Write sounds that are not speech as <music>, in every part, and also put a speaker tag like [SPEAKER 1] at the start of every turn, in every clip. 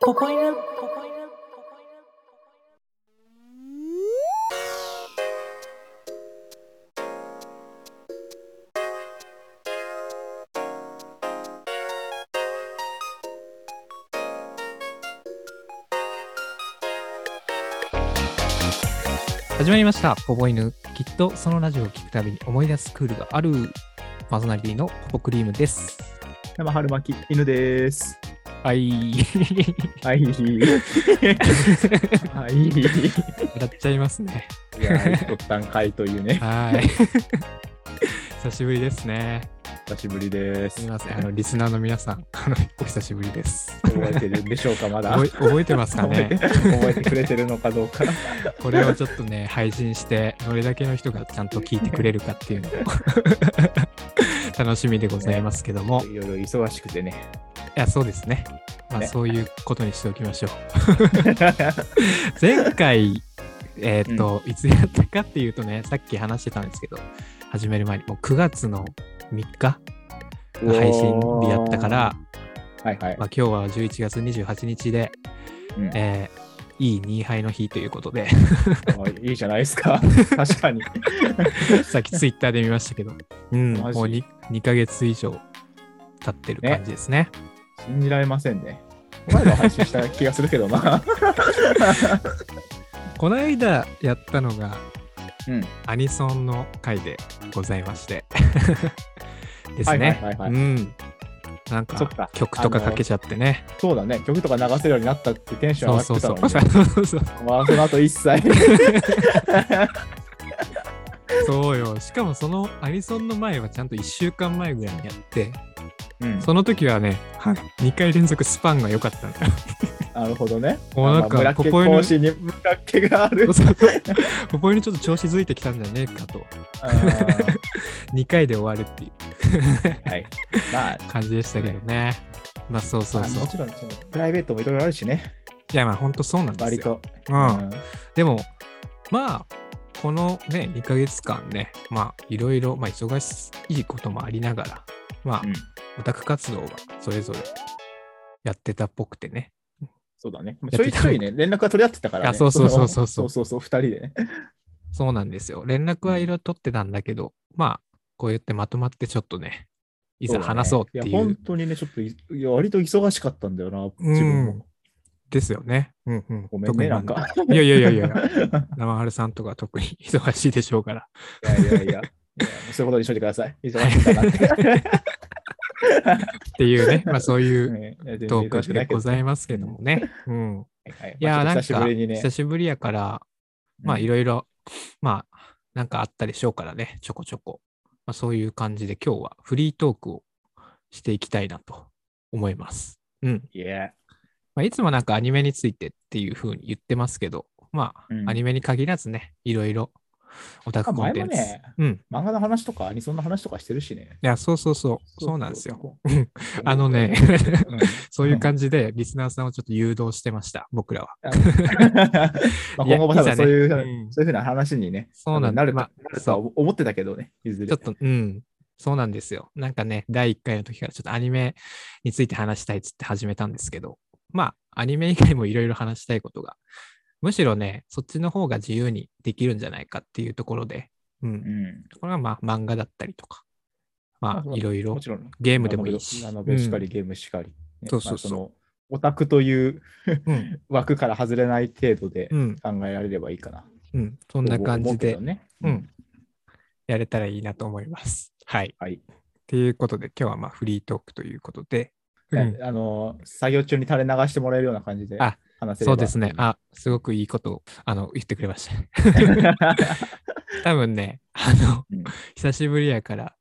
[SPEAKER 1] ポポイナポポイナ
[SPEAKER 2] 始まりました「ポポイヌ」きっとそのラジオを聞くたびに思い出すクールがあるパーソナリティのポポクリームです
[SPEAKER 1] 生春巻き犬です。
[SPEAKER 2] はい
[SPEAKER 1] はい。はい。
[SPEAKER 2] <laughs> 笑っちゃいますね
[SPEAKER 1] いやー、一旦会という
[SPEAKER 2] <laughs>
[SPEAKER 1] ね、
[SPEAKER 2] はい久しぶりですね
[SPEAKER 1] 久しぶりですす
[SPEAKER 2] み。ませんあのリスナーの皆さんあのお久しぶりです
[SPEAKER 1] 覚えてるんでしょうか、まだ。
[SPEAKER 2] 覚え覚えてますか
[SPEAKER 1] 覚えて
[SPEAKER 2] ね
[SPEAKER 1] 覚えてくれてるのかどうか。
[SPEAKER 2] これをちょっとね配信してどれだけの人がちゃんと聞いてくれるかっていうのを <laughs> 楽しみでございますけどもい
[SPEAKER 1] いろいろ忙しくてね。
[SPEAKER 2] <laughs> やそうですねまあ
[SPEAKER 1] ね
[SPEAKER 2] そういうことにしておきましょう前
[SPEAKER 1] <laughs>
[SPEAKER 2] 回、えっ、と、いつやったかっていうとね、さっき話してたんですけど、始める前に、もう9月の3日が配信日やったから、
[SPEAKER 1] はいはい。
[SPEAKER 2] まあ、今日は11月28日で、
[SPEAKER 1] うん
[SPEAKER 2] えーいい2敗の日ということ
[SPEAKER 1] <laughs>
[SPEAKER 2] で、
[SPEAKER 1] あいいじゃないで
[SPEAKER 2] <laughs>
[SPEAKER 1] すか。確かに。
[SPEAKER 2] さっきツイッターで見ましたけど、うん、もう
[SPEAKER 1] マジ
[SPEAKER 2] 2, 2ヶ月以上経ってる感じですね。
[SPEAKER 1] 信じられませんね。この間配信した気がするけどな。
[SPEAKER 2] この間やったのが、
[SPEAKER 1] うん。
[SPEAKER 2] アニソンの回でございま
[SPEAKER 1] <laughs>
[SPEAKER 2] して。です
[SPEAKER 1] はいはい
[SPEAKER 2] ね
[SPEAKER 1] はい。はい
[SPEAKER 2] うん。なん
[SPEAKER 1] そ
[SPEAKER 2] か
[SPEAKER 1] っか
[SPEAKER 2] 曲とかかけちゃってね。
[SPEAKER 1] そうだね。曲とか流せるようになったってテンション
[SPEAKER 2] そ
[SPEAKER 1] 上
[SPEAKER 2] う
[SPEAKER 1] がっ
[SPEAKER 2] そ
[SPEAKER 1] て
[SPEAKER 2] うそ
[SPEAKER 1] たの
[SPEAKER 2] う。
[SPEAKER 1] に、ね。
[SPEAKER 2] <laughs> そうそう
[SPEAKER 1] まあ、その後一
[SPEAKER 2] <laughs>
[SPEAKER 1] 切。
[SPEAKER 2] そうよ。しかもそのアニソンの前はちゃんと1週間前ぐらいにやって、
[SPEAKER 1] うん
[SPEAKER 2] その時はね、2回連続スパンが良かったんだよ。
[SPEAKER 1] なるほどね。
[SPEAKER 2] もうなんか
[SPEAKER 1] まあ村
[SPEAKER 2] こ
[SPEAKER 1] 家
[SPEAKER 2] こへの
[SPEAKER 1] 講師に向かっけがあ <laughs> る。
[SPEAKER 2] ここにちょっと調子づいてきたんじゃねえかと。
[SPEAKER 1] あー
[SPEAKER 2] 2回で終わるっていう
[SPEAKER 1] はい。まあ、
[SPEAKER 2] 感じでしたけどね。まあそう <laughs> そう
[SPEAKER 1] まあ
[SPEAKER 2] そう。
[SPEAKER 1] も
[SPEAKER 2] い
[SPEAKER 1] ちろんそのプライベートもいろいろあるしね、
[SPEAKER 2] やまあ本当そうなんです
[SPEAKER 1] 割
[SPEAKER 2] よ。
[SPEAKER 1] と。
[SPEAKER 2] うん。
[SPEAKER 1] うん
[SPEAKER 2] でも、まあ、このね、2ヶ月間ね、まあ、いろいろ、まあ、忙しいこともありながら、まあ、
[SPEAKER 1] うん
[SPEAKER 2] オタク活動がそれぞれやってたっぽくてね。
[SPEAKER 1] そうだね。ちょいちょいね、連絡は取り合ってたから、ね。
[SPEAKER 2] あそうそうそうそうそ
[SPEAKER 1] そううそうそう、2人でね。
[SPEAKER 2] そうなんですよ。連絡はいろいろ取ってたんだけど、まあ、こうやってまとまってちょっとね、いざ話そうって
[SPEAKER 1] そだね
[SPEAKER 2] い
[SPEAKER 1] や、
[SPEAKER 2] う。
[SPEAKER 1] 本当にね、ちょっとい、いや割と忙しかったんだよな、
[SPEAKER 2] うん
[SPEAKER 1] 自分も。
[SPEAKER 2] ですよね。うんうん。
[SPEAKER 1] ごめん
[SPEAKER 2] 特
[SPEAKER 1] ね、
[SPEAKER 2] に
[SPEAKER 1] なんか。
[SPEAKER 2] いやいやいやい
[SPEAKER 1] い
[SPEAKER 2] や、
[SPEAKER 1] や
[SPEAKER 2] 生春さんとか特に忙しいでしょうから。
[SPEAKER 1] <laughs> いやいや。いやそういうことにしといてください。忙しいかな
[SPEAKER 2] <laughs>
[SPEAKER 1] って。
[SPEAKER 2] っていう
[SPEAKER 1] <laughs>
[SPEAKER 2] ね、まあそういう
[SPEAKER 1] ねいや全然
[SPEAKER 2] トー
[SPEAKER 1] 忙し
[SPEAKER 2] ク
[SPEAKER 1] くな
[SPEAKER 2] で
[SPEAKER 1] い
[SPEAKER 2] ご
[SPEAKER 1] けど
[SPEAKER 2] ざいますけどもね。うん。
[SPEAKER 1] はい
[SPEAKER 2] いやー、
[SPEAKER 1] ま
[SPEAKER 2] な
[SPEAKER 1] あ
[SPEAKER 2] んか
[SPEAKER 1] ちょっと久しぶりにね
[SPEAKER 2] 久。しぶりやから、まあ
[SPEAKER 1] うん
[SPEAKER 2] いろいろ、まあなんかあったでしょうからね、ちょこちょこ。まあそういう感じで今日はフリートークをしていきたいなと思います。うん。
[SPEAKER 1] いや、
[SPEAKER 2] まあ、いつもなんかアニメについてっていうふうに言ってますけど、まあ、
[SPEAKER 1] うん
[SPEAKER 2] アニメに限らずね、いろいろオタクコンテンツ。
[SPEAKER 1] あ前もね
[SPEAKER 2] うん。
[SPEAKER 1] 漫画の話とかアニソンの話とかしてるしね。
[SPEAKER 2] いや、そうそうそう、そうなんですよ。
[SPEAKER 1] <laughs> よ。
[SPEAKER 2] あのね、
[SPEAKER 1] <laughs>
[SPEAKER 2] <laughs>
[SPEAKER 1] うん
[SPEAKER 2] そういう感じでリスナーさんをちょっと誘導してました、僕らは。
[SPEAKER 1] あのまあ
[SPEAKER 2] いや
[SPEAKER 1] 今後も多
[SPEAKER 2] い
[SPEAKER 1] 分
[SPEAKER 2] ざ
[SPEAKER 1] そ
[SPEAKER 2] ね
[SPEAKER 1] ういう、
[SPEAKER 2] うん
[SPEAKER 1] そういうふうな話にね、
[SPEAKER 2] そうなんだ
[SPEAKER 1] なると、
[SPEAKER 2] まあ
[SPEAKER 1] なるとは思思ってたけどね、いずれ。
[SPEAKER 2] ちょっと、うん、そうなんですよ。なんかね、第1回の時からちょっとアニメについて話したいっつって始めたんですけど、まあ、アニメ以外もいろいろ話したいことが、むしろね、そっちの方が自由にできるんじゃないかっていうところで、う、
[SPEAKER 1] うんん、
[SPEAKER 2] これはまあ、漫画だったりとか、ま
[SPEAKER 1] ま
[SPEAKER 2] あ、
[SPEAKER 1] あ
[SPEAKER 2] いろいろ
[SPEAKER 1] も、ちろん。
[SPEAKER 2] ゲームでもいいし。
[SPEAKER 1] ラノベしかり、
[SPEAKER 2] うん
[SPEAKER 1] ゲームしかり。ね
[SPEAKER 2] そうそうそう
[SPEAKER 1] まあのオタクという
[SPEAKER 2] うん、
[SPEAKER 1] <laughs> 枠から外れない程度で
[SPEAKER 2] うん、
[SPEAKER 1] 考えられればいいかな。
[SPEAKER 2] うん、そんな感じ
[SPEAKER 1] 思うけ
[SPEAKER 2] で
[SPEAKER 1] どね。
[SPEAKER 2] うん。やれたらいいなと思います。はい。
[SPEAKER 1] はい。
[SPEAKER 2] ということで、今日はまあフリートークということで、うん
[SPEAKER 1] あの、作業中に垂れ流してもらえるような感じで話
[SPEAKER 2] あ
[SPEAKER 1] せれば。
[SPEAKER 2] そうですね。あ、すごくいいことをあの言ってくれました。 <laughs> 多分ね、あの、
[SPEAKER 1] うん
[SPEAKER 2] 久しぶりやから、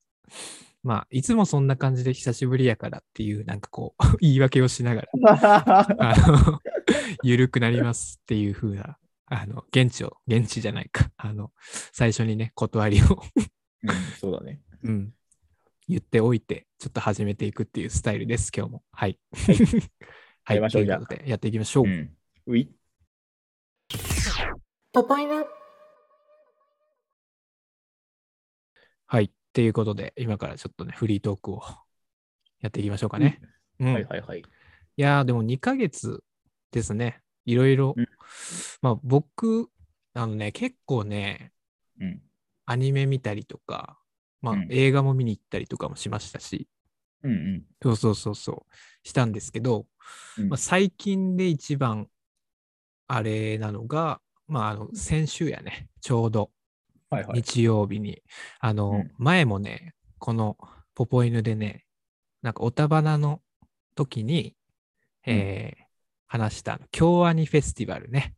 [SPEAKER 2] まあ、いつもそんな感じで久しぶりやからっていう、なんかこう、 <laughs> 言い訳をしながら、あの、 <laughs> ゆるくなりますっていう風な、あの、現地を、現地じゃないか、あの、最初にね、断りを、
[SPEAKER 1] うんそうだね。
[SPEAKER 2] うん、言っておいて、ちょっと始めていくっていうスタイルです、今日も。はい。 <laughs> は
[SPEAKER 1] やりましょう
[SPEAKER 2] ということで、やっていきましょう。
[SPEAKER 1] うんうい。
[SPEAKER 2] はい。っていうことで、今からちょっとね、フリートー <laughs> クをやっていきましょうかね。うん
[SPEAKER 1] はいはいはい。
[SPEAKER 2] いやー、でも2ヶ月ですね。いろいろ
[SPEAKER 1] うん。
[SPEAKER 2] まあ僕、あのね、結構ね、
[SPEAKER 1] うん。
[SPEAKER 2] アニメ見たりとか、まあ
[SPEAKER 1] うん
[SPEAKER 2] 映画も見に行ったりとかもしましたし、
[SPEAKER 1] うんうん。
[SPEAKER 2] そうそうそうそう、したんですけど、
[SPEAKER 1] うん
[SPEAKER 2] まあ、最近で一番あれなのが、まああの先週やね、ちょうど
[SPEAKER 1] はいはい。
[SPEAKER 2] 日曜日に、あの、
[SPEAKER 1] うん
[SPEAKER 2] 前もね、このポポ犬でね、なんかおたばなの時に、
[SPEAKER 1] うん
[SPEAKER 2] えー話したあの京アニフェスティバルね。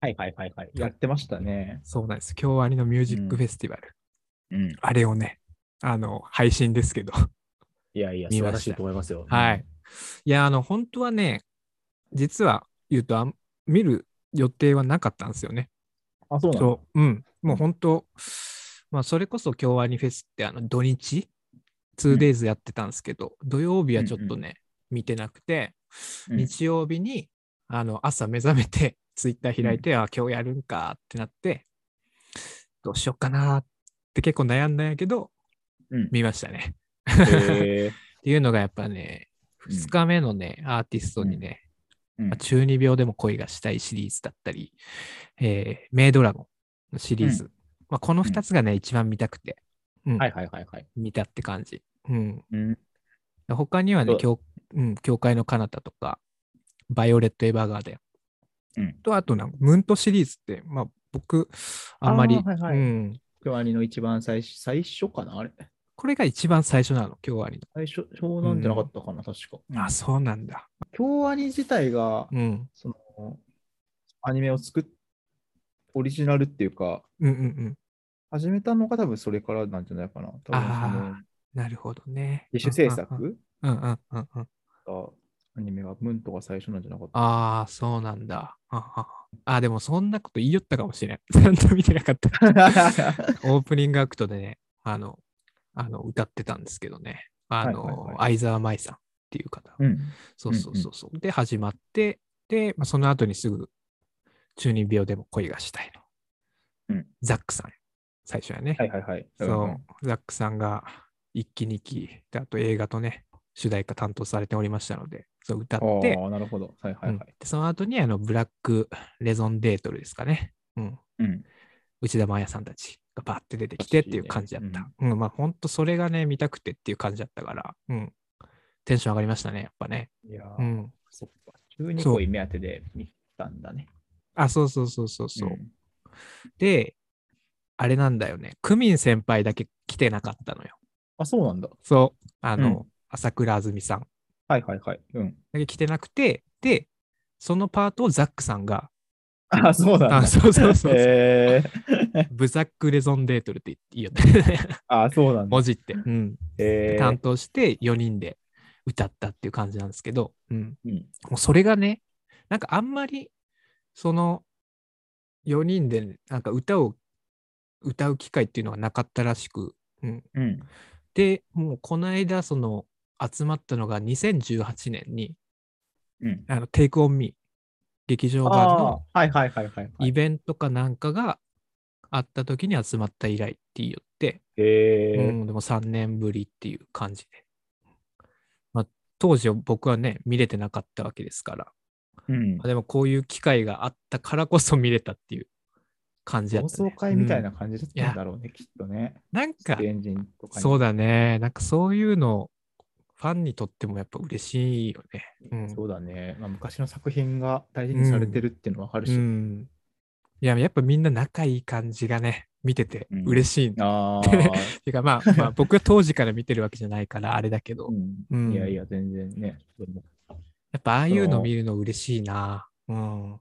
[SPEAKER 1] はいはいはいはい。やってましたね。
[SPEAKER 2] そうなんです。京アニのミュージック
[SPEAKER 1] うん
[SPEAKER 2] フェスティバル。
[SPEAKER 1] うん。
[SPEAKER 2] あれをね、あの、配信ですけど。
[SPEAKER 1] いやいや、
[SPEAKER 2] 見
[SPEAKER 1] 素
[SPEAKER 2] ました
[SPEAKER 1] 晴らしいと思いますよ。
[SPEAKER 2] はい。いや、あの、本当はね、実は言うと、あん見る予定はなかったんですよね。
[SPEAKER 1] うん。あ、そうなの
[SPEAKER 2] そう。うん。もう本当、まあ、それこそ京アニフェスって、あの、土日、2days やってたんですけど、土曜日はちょっとね、見てなくて、
[SPEAKER 1] うん
[SPEAKER 2] 日曜日に、あの、朝目覚めて、ツイッター開いて、あ、今日やるんかってなって、どうしよっかなって結構悩んだんやけど、
[SPEAKER 1] うん
[SPEAKER 2] 見ましたね。
[SPEAKER 1] へー
[SPEAKER 2] っていうのがやっぱね、
[SPEAKER 1] うん
[SPEAKER 2] 2日目のね、アーティストにね、
[SPEAKER 1] うん
[SPEAKER 2] まあ中二病でも恋がしたいシリーズだったり、えーメイドラゴンのシリーズ。まあ、この2つがね、一番見たくて、うん
[SPEAKER 1] はいはいはいはい。
[SPEAKER 2] 見たって感じ。うん、
[SPEAKER 1] うん。
[SPEAKER 2] 他にはね
[SPEAKER 1] そう、
[SPEAKER 2] 教,、うん、教会の彼方とか、バイオレット・エヴァーガーデン。
[SPEAKER 1] うん。
[SPEAKER 2] と、あとなんか、ムントシリーズって、まあ、僕、あんまり、
[SPEAKER 1] あーはいはい
[SPEAKER 2] うん、
[SPEAKER 1] 京アニの一番最初、最初かなあれ
[SPEAKER 2] これが一番最初なの、京アニ
[SPEAKER 1] 最初、湘南じゃなかったかな、確か。
[SPEAKER 2] の。あ、そうなんだ。
[SPEAKER 1] 京アニ自体が、
[SPEAKER 2] うん。
[SPEAKER 1] その、アニメを作っ、オリジナルっていうか、
[SPEAKER 2] うんうんうん。
[SPEAKER 1] 始めたのが多分それからなんじゃないかな。多分その
[SPEAKER 2] ああ、なるほどね。
[SPEAKER 1] 自主制作
[SPEAKER 2] うんうんうんうんうん。
[SPEAKER 1] がアニメがムントが最初なんじゃなかった。
[SPEAKER 2] ああ、そうなんだ。あああ、でもそんなこと言いよったかもしれん。 <laughs> ちゃんと見てなかった。オープニングアクトでね、あの、あの歌ってたんですけどね。あの、
[SPEAKER 1] はいはいは
[SPEAKER 2] 相沢舞さんっていう方。
[SPEAKER 1] うん。
[SPEAKER 2] そうそうそうそう。で、始まって、で、まあ、その後にすぐ、中二病でも恋がしたいの。
[SPEAKER 1] うん
[SPEAKER 2] ザックさん、最初やね。
[SPEAKER 1] <laughs> はいはいはい。
[SPEAKER 2] そう、ザックさんが一期二期、であと映画とね、主題歌担当されておりましたので、そう歌っ
[SPEAKER 1] うん。
[SPEAKER 2] て、
[SPEAKER 1] ああ、なるほど。はいは
[SPEAKER 2] う
[SPEAKER 1] い
[SPEAKER 2] ん
[SPEAKER 1] はい。
[SPEAKER 2] でその後にあのブラックレゾンデートルですかね。うん、
[SPEAKER 1] うん。
[SPEAKER 2] 内田真也さんたちがバーって出てきてっていう感じだった。うん、まあ本当それがね、見たくてっていう感じだったから、うん、テンション上がりましたね、やっぱね。
[SPEAKER 1] いやー、
[SPEAKER 2] うん。
[SPEAKER 1] そっか。12
[SPEAKER 2] そう
[SPEAKER 1] 個目当てで見たんだね。
[SPEAKER 2] あ、そうそうそうそうそう。
[SPEAKER 1] ん
[SPEAKER 2] で、あれなんだよね。クミン先輩だけ来てなかったのよ。
[SPEAKER 1] あ、そうなんだ。
[SPEAKER 2] そう。あの、
[SPEAKER 1] う
[SPEAKER 2] 朝倉あずみさん
[SPEAKER 1] はいはいはい。うん。
[SPEAKER 2] だけ来てなくて、で、そのパートをザックさんが、
[SPEAKER 1] あ、そうなんだ。
[SPEAKER 2] <laughs> あそうそうそうそう
[SPEAKER 1] へー
[SPEAKER 2] <laughs> ブザックレゾンデートルって言いよって、 <laughs>
[SPEAKER 1] あ、そうなんだ。
[SPEAKER 2] 文字って。うん。
[SPEAKER 1] へー
[SPEAKER 2] 担当して4人で歌ったっていう感じなんですけど、うん、
[SPEAKER 1] うん
[SPEAKER 2] もうそれがねなんかあんまりその4人でなんか歌を歌う機会っていうのがなかったらしく、うん、
[SPEAKER 1] うん。
[SPEAKER 2] でもうこの間その集まったのが2018年に
[SPEAKER 1] うん
[SPEAKER 2] 「あの Take on Me」劇場版の
[SPEAKER 1] あーはいはいはいはいはい。
[SPEAKER 2] イベントかなんかがあった時に集まった以来って言って、
[SPEAKER 1] へ
[SPEAKER 2] う
[SPEAKER 1] ー
[SPEAKER 2] ん、でも3年ぶりっていう感じで。まあ、当時僕はね、見れてなかったわけですから。
[SPEAKER 1] うん
[SPEAKER 2] まあ、でもこういう機会があったからこそ見れたっていう感じだ
[SPEAKER 1] 同
[SPEAKER 2] った、
[SPEAKER 1] 窓
[SPEAKER 2] ね。
[SPEAKER 1] 会みたい
[SPEAKER 2] うん
[SPEAKER 1] な感じだったんだろうね、きっとね。
[SPEAKER 2] なんか、
[SPEAKER 1] エンジンとかに
[SPEAKER 2] そうだね。なんかそういうの、ファンにとってもやっぱ嬉しいよね。うん。
[SPEAKER 1] そうだね、まあ、昔の作品が大事にされてるっていうのはわかるし、
[SPEAKER 2] うんいや、やっぱみんな仲いい感じがね、見てて嬉しい。っ
[SPEAKER 1] ああ、
[SPEAKER 2] ていうか、まあ、まあ、僕は当時から見てるわけじゃないから、あれだけど
[SPEAKER 1] う。ん
[SPEAKER 2] うん
[SPEAKER 1] いやいや、全然ね。でも
[SPEAKER 2] やっぱああいう
[SPEAKER 1] そ
[SPEAKER 2] の
[SPEAKER 1] の
[SPEAKER 2] 見るの嬉しいな。うん。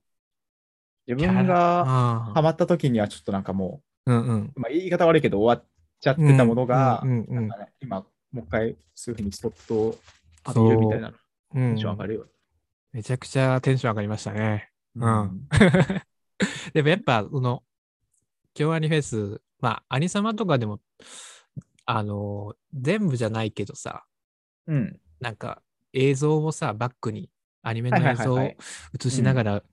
[SPEAKER 1] 自
[SPEAKER 2] キャラ
[SPEAKER 1] 分が
[SPEAKER 2] あ
[SPEAKER 1] ハマった時にはちょっとなんかも
[SPEAKER 2] あうんうん。
[SPEAKER 1] う、まあ、言い方悪いけど終わっちゃってたものが、
[SPEAKER 2] うんうんうん
[SPEAKER 1] なんかね今、もう一回そういうふうにスポットを浴びるみたいな
[SPEAKER 2] う
[SPEAKER 1] の、
[SPEAKER 2] ん
[SPEAKER 1] テンション上がるよ。
[SPEAKER 2] めちゃくちゃテンション上がりましたね。うん
[SPEAKER 1] うん
[SPEAKER 2] でもやっぱ、その、京アニフェス、まあ、アニ様とかでも、あの、全部じゃないけどさ、
[SPEAKER 1] うん
[SPEAKER 2] なんか映像をさ、バックに、アニメの
[SPEAKER 1] はいは
[SPEAKER 2] 映
[SPEAKER 1] いはい
[SPEAKER 2] 像を
[SPEAKER 1] はい
[SPEAKER 2] 映しながら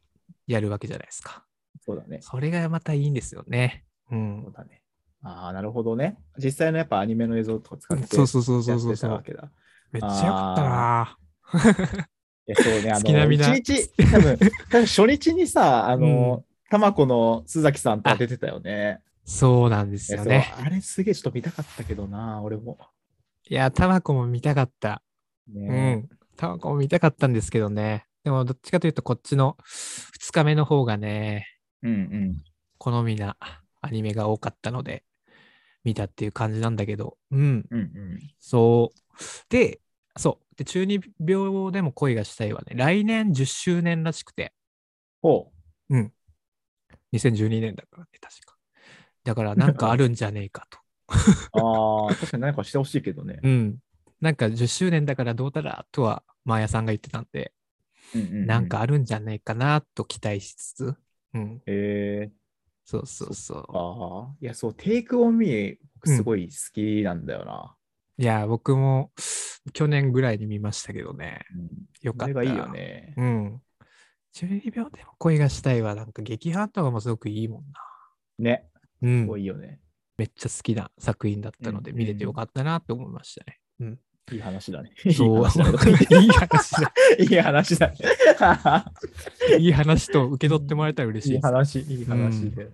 [SPEAKER 2] やるわけじゃないですか。
[SPEAKER 1] そうだね。
[SPEAKER 2] それがまたいいんですよね。うん
[SPEAKER 1] そう。だね。ああ、なるほどね。実際のやっぱアニメの映像とか使って
[SPEAKER 2] そうそうそうそ
[SPEAKER 1] や
[SPEAKER 2] う
[SPEAKER 1] っ
[SPEAKER 2] そう
[SPEAKER 1] て
[SPEAKER 2] そ
[SPEAKER 1] たわ
[SPEAKER 2] う。
[SPEAKER 1] けだ。
[SPEAKER 2] めっちゃよかったな。
[SPEAKER 1] いやそうね、あの、
[SPEAKER 2] 月並みな
[SPEAKER 1] 一日、多
[SPEAKER 2] <laughs>
[SPEAKER 1] 分、多分初日にさ、あの、たまこの須崎さんと
[SPEAKER 2] あ
[SPEAKER 1] 出てたよね。
[SPEAKER 2] そうなんですよね。
[SPEAKER 1] いやそうあれすげえちょっと見たかったけどな、俺も。
[SPEAKER 2] いや、タバコも見たかった。う
[SPEAKER 1] ね
[SPEAKER 2] ん。タバコも見たかったんですけどね。でも、どっちかというと、こっちの2日目の方がね、
[SPEAKER 1] うんうん。
[SPEAKER 2] 好みなアニメが多かったので、見たっていう感じなんだけど、うん、
[SPEAKER 1] うんうん。
[SPEAKER 2] そう。で、そう。で、中二病でも恋がしたいはね、来年10周年らしくて、
[SPEAKER 1] ほ
[SPEAKER 2] 2012年だからね、確か。だから、なんかあるんじゃねえかと。
[SPEAKER 1] う。ああ、確かに何かしてほしいけどね
[SPEAKER 2] う。ん。なんか10周年だからどうたらとは、マーヤさんが言ってたんで、
[SPEAKER 1] うんうんうん
[SPEAKER 2] なんか。あるんじゃねえかなと期待しつつ、うん、
[SPEAKER 1] ええ
[SPEAKER 2] そうそうそ
[SPEAKER 1] ああ。いや、そう、テイクオンミー、僕すごい好きなんだよな。
[SPEAKER 2] う。いや、僕も去年ぐらいに見ましたけどね、
[SPEAKER 1] うん。
[SPEAKER 2] よか
[SPEAKER 1] こ
[SPEAKER 2] っ
[SPEAKER 1] れ
[SPEAKER 2] た。
[SPEAKER 1] がいいよ。ね。
[SPEAKER 2] うん。12秒でも恋がしたいは、なんか劇伴とかもすごくいいもんな。
[SPEAKER 1] ね。
[SPEAKER 2] う
[SPEAKER 1] す
[SPEAKER 2] ん
[SPEAKER 1] ご、いいよね。
[SPEAKER 2] めっちゃ好きな作品だったので、
[SPEAKER 1] うん
[SPEAKER 2] 見れてよかったなと思いましたね。うん。
[SPEAKER 1] いい話だね。
[SPEAKER 2] <laughs> そう。<laughs>
[SPEAKER 1] い
[SPEAKER 2] いい話だ。
[SPEAKER 1] <laughs> い
[SPEAKER 2] <laughs>
[SPEAKER 1] 話だね。
[SPEAKER 2] いい話と受け取ってもらえたら嬉しい
[SPEAKER 1] いい
[SPEAKER 2] です。
[SPEAKER 1] 話、いい話で。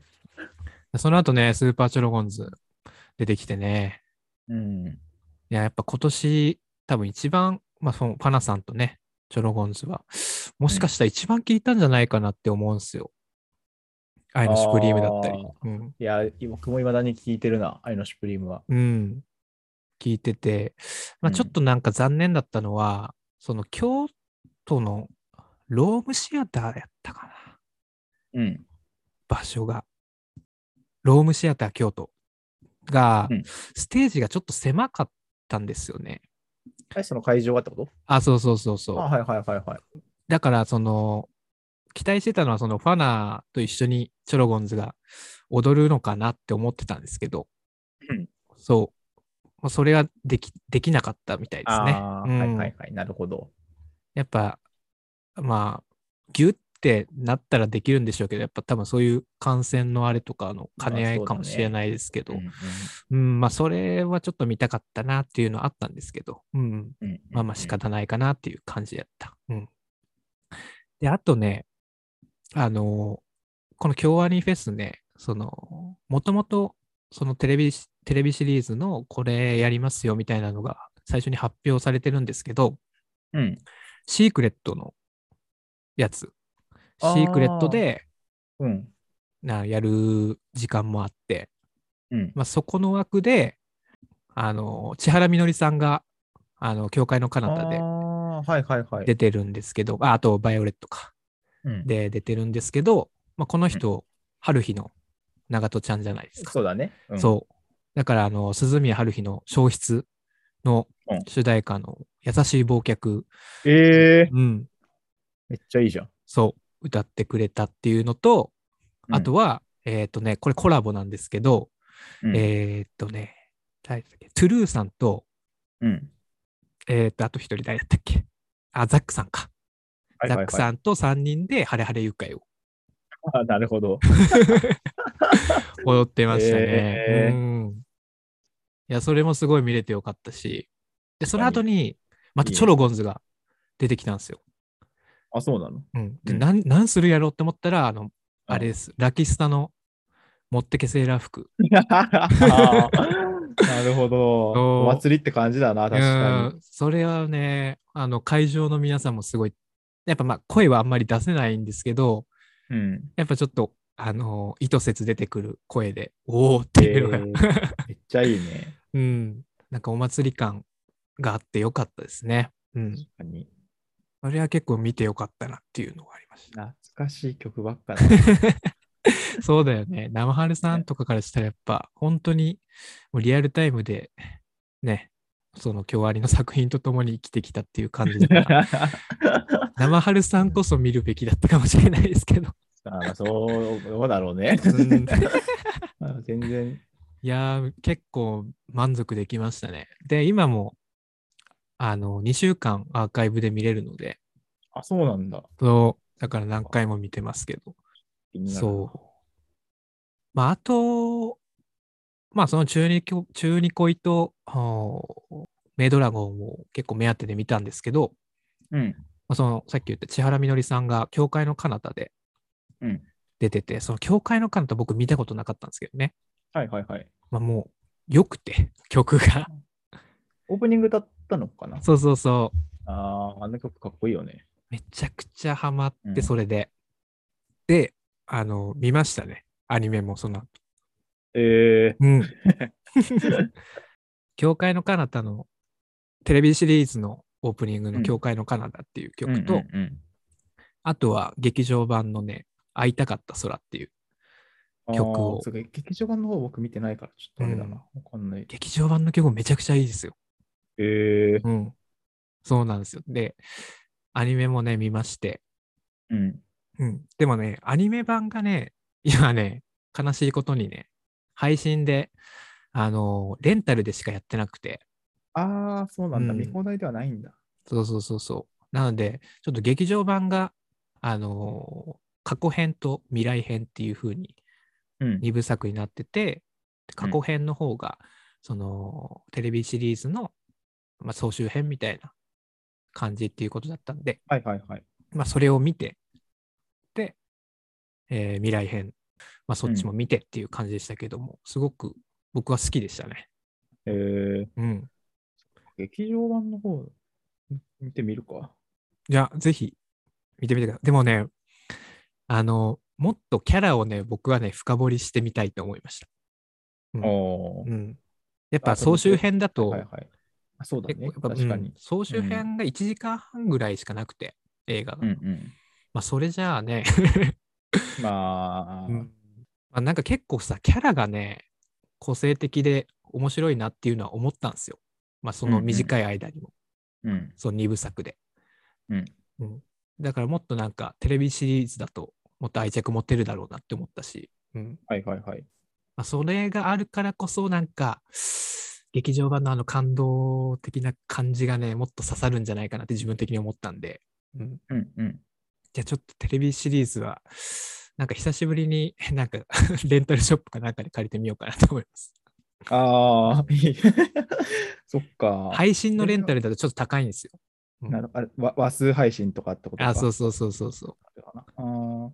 [SPEAKER 2] その後ね、スーパーチョロゴンズ出てきてね、
[SPEAKER 1] うん。
[SPEAKER 2] いや、やっぱ今年、多分一番、まあ、そのパナさんとね、チョロゴンズは、もしかしたら一番聞いたんじゃないかなって思うんですよ。愛のシュプリームだったり。うん。
[SPEAKER 1] いや、僕もいまだに聞いてるな、愛のシュプリームは。
[SPEAKER 2] うん。聞いてて、まあ、
[SPEAKER 1] うん
[SPEAKER 2] ちょっとなんか残念だったのは、その京都のロームシアターやったかな。
[SPEAKER 1] うん。
[SPEAKER 2] 場所が。ロームシアター京都が、
[SPEAKER 1] うん
[SPEAKER 2] ステージがちょっと狭かったんですよね。
[SPEAKER 1] え、その会場がってこと
[SPEAKER 2] あ、そうそうそうそう。
[SPEAKER 1] あ、はいはいはいはい。
[SPEAKER 2] だから、その、期待してたのは、そのファナーと一緒にチョロゴンズが踊るのかなって思ってたんですけど、
[SPEAKER 1] うん
[SPEAKER 2] そう。まあそれはでき、できなかったみたいですね。
[SPEAKER 1] ああ、
[SPEAKER 2] うん
[SPEAKER 1] はいはいはい。なるほど。
[SPEAKER 2] やっぱ、まあ、ギュってなったらできるんでしょうけど、やっぱ多分そういう感染のあれとかの兼ね合いかもしれないですけど、
[SPEAKER 1] うんうん
[SPEAKER 2] うん、まあ、それはちょっと見たかったなっていうのはあったんですけど、うん、
[SPEAKER 1] うんうん
[SPEAKER 2] まあまあ仕方ないかなっていう感じだった。うん。で、あとね、あのこの京アニフェスね、その、もともと、そのテレビ、テレビシリーズのこれやりますよみたいなのが最初に発表されてるんですけど、
[SPEAKER 1] うん。
[SPEAKER 2] シークレットのやつ。シ
[SPEAKER 1] あー
[SPEAKER 2] ークレットで
[SPEAKER 1] うん。
[SPEAKER 2] なやる時間もあって、
[SPEAKER 1] うん。
[SPEAKER 2] まあ、そこの枠で、あの、千原みのりさんが、あの、教会の彼
[SPEAKER 1] あ
[SPEAKER 2] 方で
[SPEAKER 1] あー、はいはいはい。
[SPEAKER 2] 出てるんですけど、ああと、バイオレットか。
[SPEAKER 1] うん、
[SPEAKER 2] で出てるんですけど、まあ、この人、春日の長門ちゃんじゃないですか。
[SPEAKER 1] そうだね。うん
[SPEAKER 2] そう。だから、あの、鈴宮春日の消失の
[SPEAKER 1] うん
[SPEAKER 2] 主題歌の優しい忘却、
[SPEAKER 1] ええ
[SPEAKER 2] うん、
[SPEAKER 1] めっちゃいいじゃん。
[SPEAKER 2] そう、歌ってくれたっていうのと、
[SPEAKER 1] うん
[SPEAKER 2] あとは、えっ、とね、これコラボなんですけど、
[SPEAKER 1] うん
[SPEAKER 2] えっ、とね、誰だっけ、トゥルーさんと、
[SPEAKER 1] うん。
[SPEAKER 2] えっ、と、あと一人誰だったっけ、あ、ザックさんか。
[SPEAKER 1] はい
[SPEAKER 2] ザ
[SPEAKER 1] は
[SPEAKER 2] ッ
[SPEAKER 1] いはい
[SPEAKER 2] クさんと3人で、ハレハレ愉快を
[SPEAKER 1] あなるほど。
[SPEAKER 2] 踊ってましたね。
[SPEAKER 1] へー
[SPEAKER 2] うん。いや、それもすごい見れてよかったし、で、その後に、また
[SPEAKER 1] いいね
[SPEAKER 2] チョロゴンズが出てきたんですよ。
[SPEAKER 1] あ、そうなの
[SPEAKER 2] うん。で、
[SPEAKER 1] うん
[SPEAKER 2] なん、なんするやろうって思ったら、あの、あれです、ラキスタの持ってけセーラー服。
[SPEAKER 1] あ
[SPEAKER 2] <laughs>
[SPEAKER 1] ーなるほ
[SPEAKER 2] そ
[SPEAKER 1] ど。
[SPEAKER 2] う
[SPEAKER 1] お祭りって感じだな、確
[SPEAKER 2] う
[SPEAKER 1] か
[SPEAKER 2] ん。それはね、あの、会場の皆さんもすごい、やっぱまあ、声はあんまり出せないんですけど、
[SPEAKER 1] に。うん。
[SPEAKER 2] やっぱちょっと、あの、意図せず出てくる声で、おーっていうのが、
[SPEAKER 1] えーめっちゃいいね。
[SPEAKER 2] うん。なんかお祭り感があってよかったですね。うん。
[SPEAKER 1] 確かに。
[SPEAKER 2] あれは結構見てよかったなっていうのがありまし
[SPEAKER 1] 懐かしい曲ばっかだ
[SPEAKER 2] <laughs>
[SPEAKER 1] ね。
[SPEAKER 2] た。そうだよね。生春さんとかからしたらやっぱ本当にもうリアルタイムでね、その京アニの作品とともに生きてきたっていう感じだ <laughs> から、生春さんこそ見るべきだったかもしれないですけど。
[SPEAKER 1] あーそう、どうだろうね。
[SPEAKER 2] うん
[SPEAKER 1] あー <laughs> 全然。
[SPEAKER 2] <laughs> いやー、結構満足できましたね。で、今もあの2週間アーカイブで見れるので、
[SPEAKER 1] あ、そうなんだ。
[SPEAKER 2] そうだから何回も見てますけど。そう。まあ、あと、まあ、その中二きょ中二恋と、あーメイドラゴンを結構目当てで見たんですけど、
[SPEAKER 1] う。うん。
[SPEAKER 2] まあ、そのさっき言った千原みのりさんが教会の彼方で
[SPEAKER 1] うん
[SPEAKER 2] 出てて、その教会の彼方僕見たことなかったんですけどね。
[SPEAKER 1] はいはいはい。
[SPEAKER 2] まあ、もう良くて、 <laughs> 曲が。
[SPEAKER 1] オープニングだったのかな
[SPEAKER 2] そうそうそう。
[SPEAKER 1] ああ、あの曲かっこいいよね。
[SPEAKER 2] めちゃくちゃハマっ
[SPEAKER 1] う
[SPEAKER 2] て、
[SPEAKER 1] ん
[SPEAKER 2] それで。で、あの、見ましたね。アニメもその後
[SPEAKER 1] え
[SPEAKER 2] うん。教会の彼方のテレビシリーズのオープニング
[SPEAKER 1] う
[SPEAKER 2] の
[SPEAKER 1] ん
[SPEAKER 2] 教会の彼方っていう
[SPEAKER 1] え
[SPEAKER 2] 曲と、
[SPEAKER 1] うんうん
[SPEAKER 2] あとは劇場版のね、会いたかった空っていう
[SPEAKER 1] うん
[SPEAKER 2] 曲を
[SPEAKER 1] あーそうか劇場版の方僕見てないから、ちょっとあれだな。わかんない。
[SPEAKER 2] 劇場版の曲めちゃくちゃいいですよ。
[SPEAKER 1] ええ
[SPEAKER 2] うん。そうなんですよ。で、アニメもね、見まして。
[SPEAKER 1] うん。
[SPEAKER 2] うん。でもね、アニメ版がね、今ね、悲しいことにね、配信で、あの、レンタルでしかやってなくて、
[SPEAKER 1] ああ、そうなんだ。
[SPEAKER 2] うん
[SPEAKER 1] 見放題ではないんだ。
[SPEAKER 2] そうそうそうそう。なので、ちょっと劇場版が、あのー過去編と未来編っていう風に
[SPEAKER 1] うん。
[SPEAKER 2] 2部作になってて、で過去編の方が、その、テレビシリーズの、まあ、総集編みたいな感じっていうことだったんで、
[SPEAKER 1] はいはいはい。
[SPEAKER 2] まあ、それを見て、で、えー未来編、まあ、そっちも見てっていう感じでしたけども、すごく僕は好きでしたね。
[SPEAKER 1] ええ
[SPEAKER 2] うん。
[SPEAKER 1] 劇場版の方、み見てみるか。
[SPEAKER 2] じゃあ、ぜひ見てみてください。でもね、あの、もっとキャラをね、僕はね、深掘りしてみたいと思いました。うん
[SPEAKER 1] おー
[SPEAKER 2] うん。やっぱ
[SPEAKER 1] あそう
[SPEAKER 2] 総
[SPEAKER 1] ですね
[SPEAKER 2] 集編だと、
[SPEAKER 1] はいはい。あそうだ
[SPEAKER 2] 結構
[SPEAKER 1] ね。
[SPEAKER 2] やっぱ
[SPEAKER 1] 確かに
[SPEAKER 2] うん。総集編が1時間半ぐらいしかなくて、映画が。
[SPEAKER 1] うんうん。
[SPEAKER 2] まあ、それじゃあね、
[SPEAKER 1] まあ、
[SPEAKER 2] うん <laughs> まあ、なんか結構さ、キャラがね、個性的で面白いなっていうのは思ったんですよ。まあ、その短い間にも、
[SPEAKER 1] うん。
[SPEAKER 2] その2部作で。
[SPEAKER 1] うん
[SPEAKER 2] うんだからもっとなんか、テレビシリーズだと、もっと愛着持てるだろうなって思ったし、うん
[SPEAKER 1] はいはいはい。
[SPEAKER 2] まあ、それがあるからこそ、なんか、劇場版のあの感動的な感じがね、もっと刺さるんじゃないかなって自分的に思ったんで、うん、
[SPEAKER 1] うんうん。
[SPEAKER 2] じゃあちょっとテレビシリーズは、なんか久しぶりに、 <laughs> なんかレンタルショップかなんかで借りてみようかなと思います。
[SPEAKER 1] ああ、いい <laughs> そっか。
[SPEAKER 2] 配信のレンタルだとちょっと高いんですよ。
[SPEAKER 1] なるあれわ和数配信とかってことか
[SPEAKER 2] あ、そうそうそうそうそう。
[SPEAKER 1] あれかなあー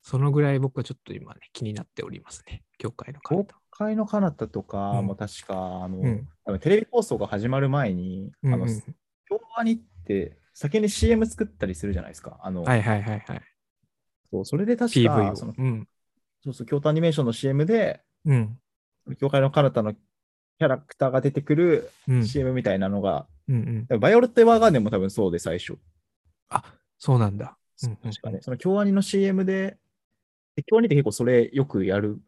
[SPEAKER 2] そのぐらい僕はちょっと今ね、気になっておりますね。教会のカル
[SPEAKER 1] 公
[SPEAKER 2] タ。
[SPEAKER 1] 開の彼方と
[SPEAKER 2] う
[SPEAKER 1] か
[SPEAKER 2] ん
[SPEAKER 1] も確か、あの
[SPEAKER 2] うん。
[SPEAKER 1] あのテレビ放送が始まる前に、
[SPEAKER 2] うん
[SPEAKER 1] あの
[SPEAKER 2] うん
[SPEAKER 1] 京アニって先に CM 作ったりするじゃないですか。あの
[SPEAKER 2] はいはいはいはい。
[SPEAKER 1] そうそれで確か
[SPEAKER 2] PV
[SPEAKER 1] そ
[SPEAKER 2] を
[SPEAKER 1] の。
[SPEAKER 2] うん。
[SPEAKER 1] そうそう京都アニメーションの CM で、
[SPEAKER 2] うん。
[SPEAKER 1] 教会の彼方のキャラクターが出てくる
[SPEAKER 2] うん。
[SPEAKER 1] CM みたいなのが、
[SPEAKER 2] うんうん。
[SPEAKER 1] バイオレット・エヴァーガーデンも多分そうで最初。
[SPEAKER 2] あ、そうなんだ。うんうん
[SPEAKER 1] 確かね、その京アニの CM で、で京アニって結構それよくやる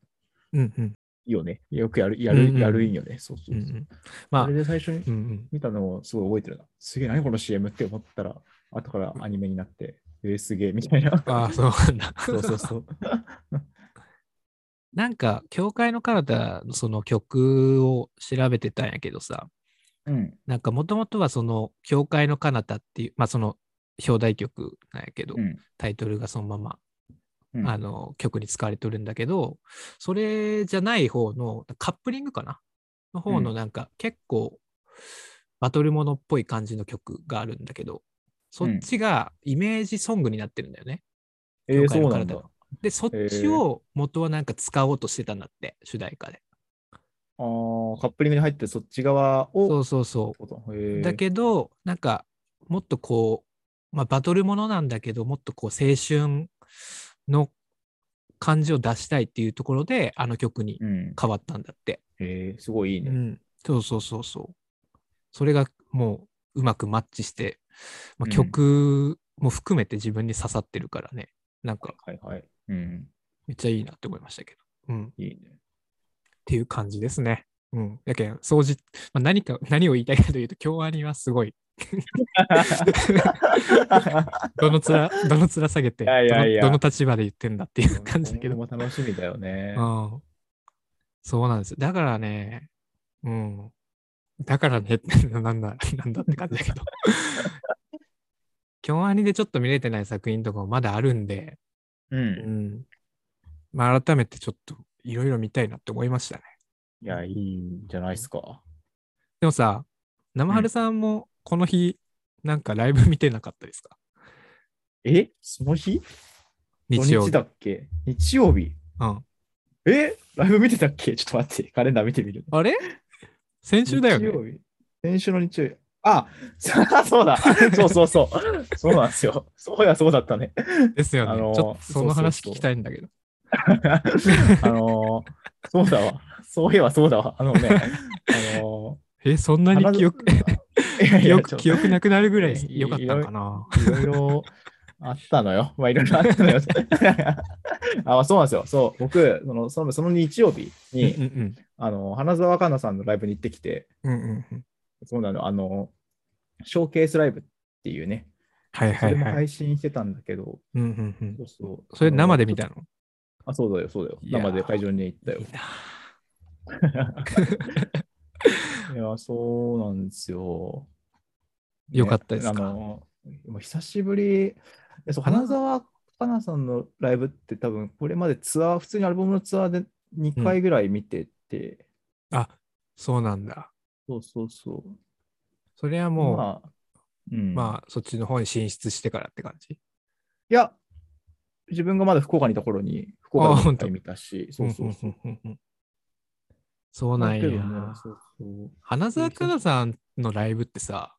[SPEAKER 2] うんうん。
[SPEAKER 1] よね。よくやる、や
[SPEAKER 2] うんうん
[SPEAKER 1] る、やるんよね。そうそう
[SPEAKER 2] う
[SPEAKER 1] そ
[SPEAKER 2] んう。
[SPEAKER 1] うん
[SPEAKER 2] まあ、
[SPEAKER 1] それで最初に
[SPEAKER 2] うんうん。
[SPEAKER 1] 見たのをすごい覚えてるな。すげえ、何この CM って思ったら、後からアニメになって、えー、すげえ、みたいな。
[SPEAKER 2] ああ、そうなんだ。
[SPEAKER 1] そうそうそう。
[SPEAKER 2] <laughs> なんか、教会の彼方のその曲を調べてたんやけどさ、
[SPEAKER 1] <laughs> うん。
[SPEAKER 2] なんかもともとはその「教会の彼方」っていうまあその表題曲なんやけど、
[SPEAKER 1] うん。
[SPEAKER 2] タイトルがそのまま、
[SPEAKER 1] うん
[SPEAKER 2] あの曲に使われてるんだけどそれじゃない方のカップリングかなの方の
[SPEAKER 1] うん
[SPEAKER 2] なんか結構バトルものっぽい感じの曲があるんだけどそっちがイメージソングになってるんだよね。
[SPEAKER 1] えー、
[SPEAKER 2] 教会
[SPEAKER 1] そ
[SPEAKER 2] の
[SPEAKER 1] うな
[SPEAKER 2] 彼
[SPEAKER 1] ん
[SPEAKER 2] 方
[SPEAKER 1] だ。
[SPEAKER 2] のでそっちを元はなんか使おうとしてたんだって主題歌で。
[SPEAKER 1] あーカップリングに入ってそっち側を。
[SPEAKER 2] そうそうそう
[SPEAKER 1] ことへー
[SPEAKER 2] だけど、なんか、もっとこう、まあ、バトルものなんだけど、もっとこう、青春の感じを出したいっていうところで、あの曲に
[SPEAKER 1] うん。
[SPEAKER 2] 変わったんだって。
[SPEAKER 1] へえ、すごいいいうね。
[SPEAKER 2] んそうそうそうそう。それがもう、うまくマッチして、ま
[SPEAKER 1] うん
[SPEAKER 2] あ、曲も含めて自分に刺さってるからね、なんか、
[SPEAKER 1] はいはい。うん。
[SPEAKER 2] めっちゃいいなって思いましたけど。うん。っ
[SPEAKER 1] いいね。
[SPEAKER 2] ていう感じですね。うん。だけど、掃除、まあ、何か、何を言いたいかというと、京アニはすごい、 <laughs> どのつら、どのつら下げて、
[SPEAKER 1] いやいやいや
[SPEAKER 2] どのどの立場で言ってんだっていう <laughs> 感じだけど。
[SPEAKER 1] 今後も楽しみだよね。
[SPEAKER 2] うん。そうなんですよ。だからね、うん。だからね、 <laughs> なんだ、なんだって感じだけど。京アニでちょっと見れてない作品とかもまだあるんで、
[SPEAKER 1] う。
[SPEAKER 2] うんん。まあ、改めてちょっといろいろ見たいなって思いましたね。
[SPEAKER 1] いや、いいんじゃないですか。
[SPEAKER 2] でもさ、生春さんもこの日、なんかライブ見てなかったですか
[SPEAKER 1] えその日
[SPEAKER 2] 日曜
[SPEAKER 1] 土日
[SPEAKER 2] 日。
[SPEAKER 1] だっけ日曜日
[SPEAKER 2] うん、
[SPEAKER 1] えライブ見てたっけちょっと待って、カレンダー見てみる。
[SPEAKER 2] あれ先週だよ
[SPEAKER 1] 日
[SPEAKER 2] ね。
[SPEAKER 1] 曜日。先週の日曜日。あ、 <laughs> そうだ。そうそうそう。そうなんですよ。そうや、そうだったね。 <laughs>
[SPEAKER 2] ですよね。
[SPEAKER 1] あのー
[SPEAKER 2] ちょっとその話聞きたいんだけど。
[SPEAKER 1] あのーそうだわ。そういえばそうだわ。あのね、あの
[SPEAKER 2] え、そんな
[SPEAKER 1] ー、
[SPEAKER 2] に記憶、
[SPEAKER 1] <laughs> いやい
[SPEAKER 2] 記憶
[SPEAKER 1] やちょっと
[SPEAKER 2] 記憶なくなるぐら
[SPEAKER 1] いやい
[SPEAKER 2] い
[SPEAKER 1] や
[SPEAKER 2] 良かったのかない
[SPEAKER 1] ろいろあったのよ。まあ、いろいろあったのよ。 <laughs> あそうなんですよ。そう、僕、そのそのその日曜日に、
[SPEAKER 2] うんうん
[SPEAKER 1] あの花澤香菜さんのライブに行ってきて、
[SPEAKER 2] うんうんうんうん。
[SPEAKER 1] そうなの、あの、ショーケースライブっていうね、
[SPEAKER 2] はい
[SPEAKER 1] そ
[SPEAKER 2] は
[SPEAKER 1] れ
[SPEAKER 2] い
[SPEAKER 1] も
[SPEAKER 2] はい。
[SPEAKER 1] 配信してたんだけど、
[SPEAKER 2] うんうんうん
[SPEAKER 1] そうそう
[SPEAKER 2] それ生で見
[SPEAKER 1] た
[SPEAKER 2] たの
[SPEAKER 1] あ、そうだよ、そうだよ。
[SPEAKER 2] いやー
[SPEAKER 1] 生で会場に行ったよ
[SPEAKER 2] いい。なぁ
[SPEAKER 1] いや、そうなんですよ。
[SPEAKER 2] よかったですか
[SPEAKER 1] あのもう久しぶり、えそう花澤香菜さんのライブって多分これまでツアー、普通にアルバムのツアーで2回ぐらい見てて、
[SPEAKER 2] あ、そうなんだ。
[SPEAKER 1] そうそうそう。
[SPEAKER 2] それはもう、まあ、
[SPEAKER 1] まあ、うん
[SPEAKER 2] そっちの方に進出してからって感じ。
[SPEAKER 1] いや、自分がまだ福岡にいた頃に、福
[SPEAKER 2] あ
[SPEAKER 1] 岡に
[SPEAKER 2] 本
[SPEAKER 1] 一
[SPEAKER 2] 当
[SPEAKER 1] 回見たし、そうそうそう。
[SPEAKER 2] んうんうんうんそうなんや
[SPEAKER 1] だけど。ねそうそう
[SPEAKER 2] 花澤香菜さんのライブってさ、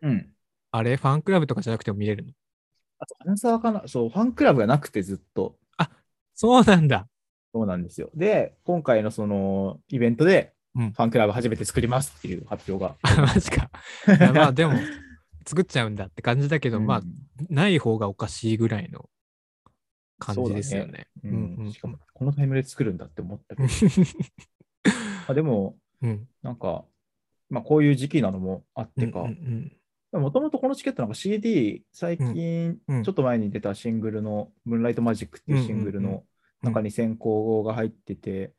[SPEAKER 1] うん。
[SPEAKER 2] あれ、ファンクラブとかじゃなくても見れるの <laughs>
[SPEAKER 1] あと、花澤香菜、そう、ファンクラブがなくてずっと。
[SPEAKER 2] そうなんだ。 <laughs>
[SPEAKER 1] そうなんですよ。で、今回のそのイベントで、
[SPEAKER 2] う
[SPEAKER 1] フ
[SPEAKER 2] ん
[SPEAKER 1] ァンクラブ初めて作りますっていう発表が。
[SPEAKER 2] あマジか。いやまあで
[SPEAKER 1] <laughs>
[SPEAKER 2] も、作っちゃうんだって感じだけど、まあ
[SPEAKER 1] うん、
[SPEAKER 2] ない方がおかしいぐらいの感じですよね。
[SPEAKER 1] う
[SPEAKER 2] うんうん
[SPEAKER 1] んしかも、このタイムで作るんだって思ったけど、あでも、
[SPEAKER 2] <laughs> うん。
[SPEAKER 1] なんか、まあ、こういう時期なのもあって
[SPEAKER 2] う
[SPEAKER 1] か
[SPEAKER 2] んう、ん
[SPEAKER 1] もともとこのチケットなんか CD、最近
[SPEAKER 2] うんうん、
[SPEAKER 1] ちょっと前に出たシングルの、ムーンライトマジックっていうシングル
[SPEAKER 2] うんうん
[SPEAKER 1] の中に先行が入ってて、